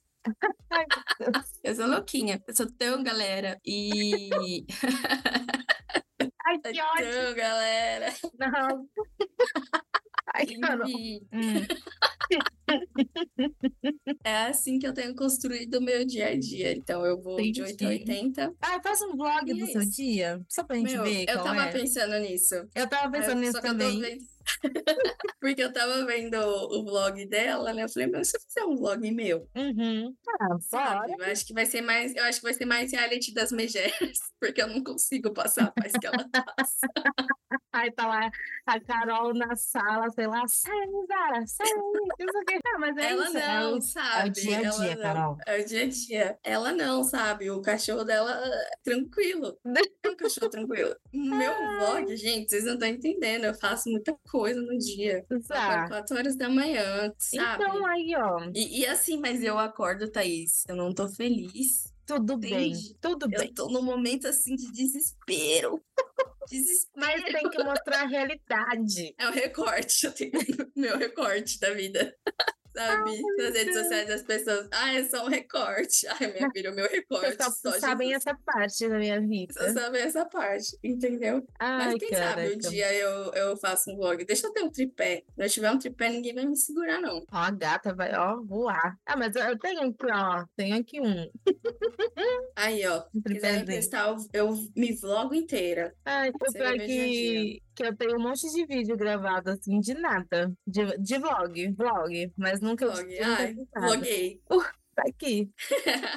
Speaker 1: Ai, meu Deus.
Speaker 2: Eu sou louquinha, eu sou tão galera. E
Speaker 1: Ai, que ótimo.
Speaker 2: tão galera.
Speaker 1: Não. Ai, cara.
Speaker 2: Enfim.
Speaker 1: Hum.
Speaker 2: É assim que eu tenho construído o meu dia a dia. Então, eu vou de 8 a
Speaker 1: Entendi.
Speaker 2: 80.
Speaker 1: Ah, faz um vlog
Speaker 2: E
Speaker 1: do
Speaker 2: é
Speaker 1: seu
Speaker 2: isso.
Speaker 1: dia, só pra gente
Speaker 2: Meu,
Speaker 1: ver
Speaker 2: eu
Speaker 1: qual
Speaker 2: tava
Speaker 1: é.
Speaker 2: pensando nisso.
Speaker 1: Eu tava
Speaker 2: Aí eu-
Speaker 1: pensando nisso
Speaker 2: É, só que eu tô
Speaker 1: também.
Speaker 2: vendo. Porque eu tava vendo o vlog dela, né? Eu falei, meu, se eu fizer um vlog meu,
Speaker 1: Uhum. Ah,
Speaker 2: sabe?
Speaker 1: bora.
Speaker 2: Eu acho que vai ser mais, eu acho que vai ser mais reality das megeras, porque eu não consigo passar a paz que ela passa.
Speaker 1: Aí tá lá a Carol na sala, sei lá, sai, Zara, sai, não sei o quê. Ah, mas é
Speaker 2: Ela
Speaker 1: isso. é
Speaker 2: não,
Speaker 1: o- É
Speaker 2: sabe?
Speaker 1: o dia a
Speaker 2: Ela
Speaker 1: dia, tá
Speaker 2: não.
Speaker 1: Carol.
Speaker 2: É o dia a dia. Ela não, sabe? O cachorro dela é tranquilo. É um cachorro tranquilo. No Meu
Speaker 1: Ah.
Speaker 2: vlog, gente, vocês não estão entendendo. Eu faço muita coisa no dia. Eu acordo
Speaker 1: Tá.
Speaker 2: 4 horas da manhã, sabe?
Speaker 1: Então aí, ó,
Speaker 2: E, e assim, mas eu acordo, Thaís. Eu não tô feliz.
Speaker 1: tudo
Speaker 2: Entendi.
Speaker 1: bem, tudo
Speaker 2: Eu
Speaker 1: bem.
Speaker 2: tô num momento assim de desespero.
Speaker 1: Mas
Speaker 2: Desespero.
Speaker 1: tem que mostrar a realidade.
Speaker 2: É o recorte, eu tenho meu recorte da vida. Sabe? Nas redes
Speaker 1: Deus.
Speaker 2: sociais as pessoas. Ah, é só um recorte. Ai, minha filha, o meu recorte.
Speaker 1: Vocês só
Speaker 2: Só
Speaker 1: sabem
Speaker 2: Jesus.
Speaker 1: essa parte da minha
Speaker 2: Só
Speaker 1: vida.
Speaker 2: sabe essa parte, entendeu? Mas
Speaker 1: É. Ai,
Speaker 2: quem sabe um
Speaker 1: caraca.
Speaker 2: dia eu, eu faço um vlog. Deixa eu ter um tripé. Se eu tiver um tripé, ninguém vai me segurar, não.
Speaker 1: Ó, a gata vai, ó, voar. Ah, mas eu- eu tenho aqui, ó, tenho aqui um,
Speaker 2: Aí, ó.
Speaker 1: um
Speaker 2: Quiser me
Speaker 1: tripézinho.
Speaker 2: prestar, eu me vlogo inteira.
Speaker 1: Ai, o
Speaker 2: Você vai
Speaker 1: pior
Speaker 2: ver dia a
Speaker 1: que, que eu tenho um monte de vídeo gravado, assim, de nada. De, de vlog, vlog. Mas nunca eu
Speaker 2: Vlog.
Speaker 1: nunca
Speaker 2: Ai,
Speaker 1: fiz nada.
Speaker 2: vloguei.
Speaker 1: Tá aqui.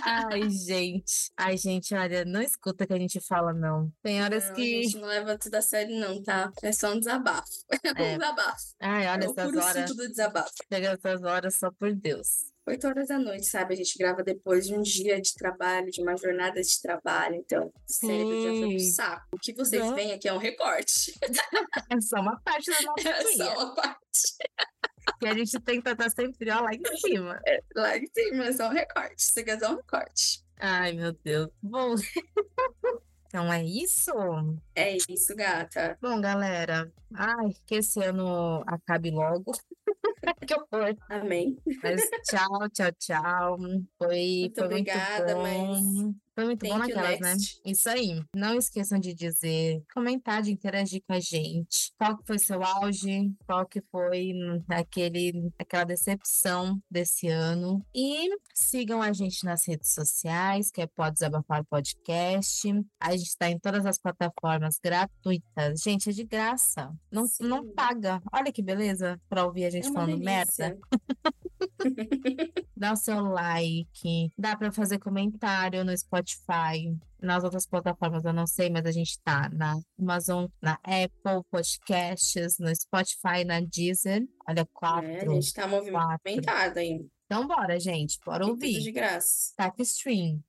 Speaker 1: Ai, gente. Ai, gente, olha, não escuta o que a gente fala, não. Tem horas
Speaker 2: Não, a
Speaker 1: que...
Speaker 2: gente não leva tudo a sério, não, tá? É só um desabafo. É um
Speaker 1: É.
Speaker 2: desabafo.
Speaker 1: Ai, olha
Speaker 2: É o
Speaker 1: essas
Speaker 2: puro
Speaker 1: horas.
Speaker 2: suco do desabafo.
Speaker 1: Chega essas horas só por Deus.
Speaker 2: Oito horas da noite, sabe? A gente grava depois de um dia de trabalho, de uma jornada de trabalho. Então, o cérebro já foi pro
Speaker 1: Sim.
Speaker 2: saco. O que vocês
Speaker 1: Não.
Speaker 2: veem aqui é um recorte.
Speaker 1: É só uma parte do nosso
Speaker 2: É
Speaker 1: dia.
Speaker 2: só uma parte.
Speaker 1: Que a gente tenta estar sempre, ó, lá em cima.
Speaker 2: Lá em cima é só um recorte. Isso aqui é só um recorte.
Speaker 1: Ai, meu Deus. Bom, então é isso.
Speaker 2: É isso, gata.
Speaker 1: Bom, galera, ai, que esse ano acabe logo. Que horror.
Speaker 2: Amém.
Speaker 1: Mas tchau, tchau, tchau. Foi,
Speaker 2: Muito
Speaker 1: foi muito
Speaker 2: obrigada,
Speaker 1: bom. Foi muito bom
Speaker 2: Thank you,
Speaker 1: naquelas, né?
Speaker 2: next.
Speaker 1: Isso aí. Não esqueçam de dizer, comentar, de interagir com a gente. Qual que foi seu auge? Qual que foi hum, aquele, aquela decepção desse ano? E sigam a gente nas redes sociais, que é Pode Desabafar Podcast. A gente está em todas as plataformas gratuitas. Gente, é de graça. Não, não
Speaker 2: Sim.
Speaker 1: paga. Olha que beleza pra ouvir a gente
Speaker 2: É uma
Speaker 1: falando merda
Speaker 2: delícia.
Speaker 1: dá o seu like, dá pra fazer comentário no Spotify, nas outras plataformas eu não sei, mas a gente tá na Amazon, na Apple Podcasts, no Spotify, na Deezer. Olha,
Speaker 2: É,
Speaker 1: quatro.
Speaker 2: a gente tá movimentada ainda.
Speaker 1: então bora, gente, bora
Speaker 2: Tudo de
Speaker 1: ouvir.
Speaker 2: graça.
Speaker 1: Tap stream.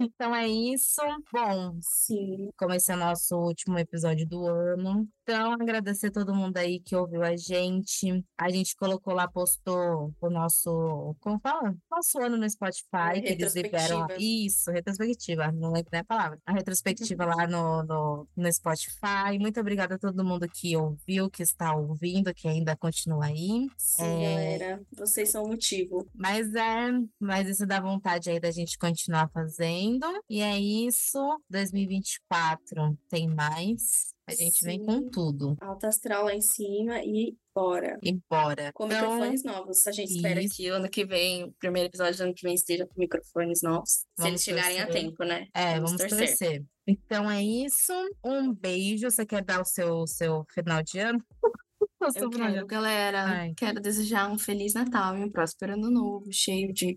Speaker 1: então é isso. Bom,
Speaker 2: Sim.
Speaker 1: como esse é o nosso último episódio do ano. Então, agradecer todo mundo aí que ouviu a gente. A gente colocou lá, postou o nosso. Como fala? Nosso ano no Spotify,
Speaker 2: É,
Speaker 1: que eles liberam.
Speaker 2: retrospectiva.
Speaker 1: Isso, retrospectiva. Não lembro nem a palavra. A retrospectiva lá no, no, no Spotify. Muito obrigada a todo mundo que ouviu, que está ouvindo, que ainda continua aí.
Speaker 2: Sim,
Speaker 1: É.
Speaker 2: galera. Vocês são o motivo.
Speaker 1: Mas é, mas isso dá vontade aí da gente continuar fazendo. E é isso. 2024 tem mais. A gente vem com
Speaker 2: Sim.
Speaker 1: tudo.
Speaker 2: Alta astral lá em cima e bora.
Speaker 1: E bora.
Speaker 2: Com
Speaker 1: Então,
Speaker 2: microfones novos. A gente espera
Speaker 1: Isso.
Speaker 2: que o ano que vem, o primeiro episódio do ano que vem, esteja com microfones novos. Se
Speaker 1: Vamos
Speaker 2: eles chegarem a
Speaker 1: torcer.
Speaker 2: tempo, né?
Speaker 1: é, vamos torcer. Então é isso. Um beijo. Você quer dar o seu, seu final de ano? O
Speaker 2: Eu
Speaker 1: seu final de
Speaker 2: quero,
Speaker 1: ano.
Speaker 2: galera.
Speaker 1: Ai.
Speaker 2: Quero desejar um feliz Natal e um próspero ano novo, cheio de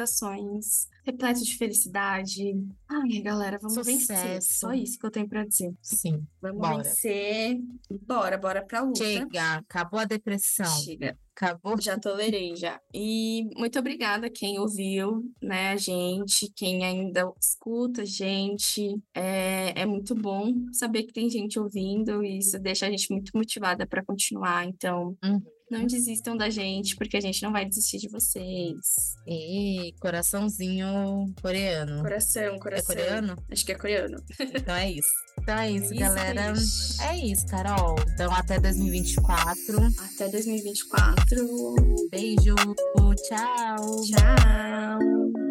Speaker 2: realizações, repleto de felicidade. Ai, galera, vamos vencer. Só
Speaker 1: Sucesso.
Speaker 2: isso que eu tenho pra dizer.
Speaker 1: Sim.
Speaker 2: Vamos
Speaker 1: Bora.
Speaker 2: vencer. né? Bora, bora pra luta.
Speaker 1: Chega. Acabou a depressão.
Speaker 2: Chega.
Speaker 1: Acabou.
Speaker 2: Já tolerei já. E muito obrigada a quem ouviu, né, a gente, quem ainda escuta a gente. É, é muito bom saber que tem gente ouvindo e isso deixa a gente muito motivada para continuar. Então,
Speaker 1: Uhum.
Speaker 2: não desistam da gente, porque a gente não vai desistir de vocês.
Speaker 1: E coraçãozinho coreano.
Speaker 2: Coração,
Speaker 1: É
Speaker 2: coração.
Speaker 1: coreano?
Speaker 2: Acho que é coreano.
Speaker 1: Então é isso. Então é isso,
Speaker 2: Isso,
Speaker 1: galera.
Speaker 2: gente.
Speaker 1: É isso, Carol. Então até 2024.
Speaker 2: Até 2024.
Speaker 1: Beijo. Tchau.
Speaker 2: Tchau.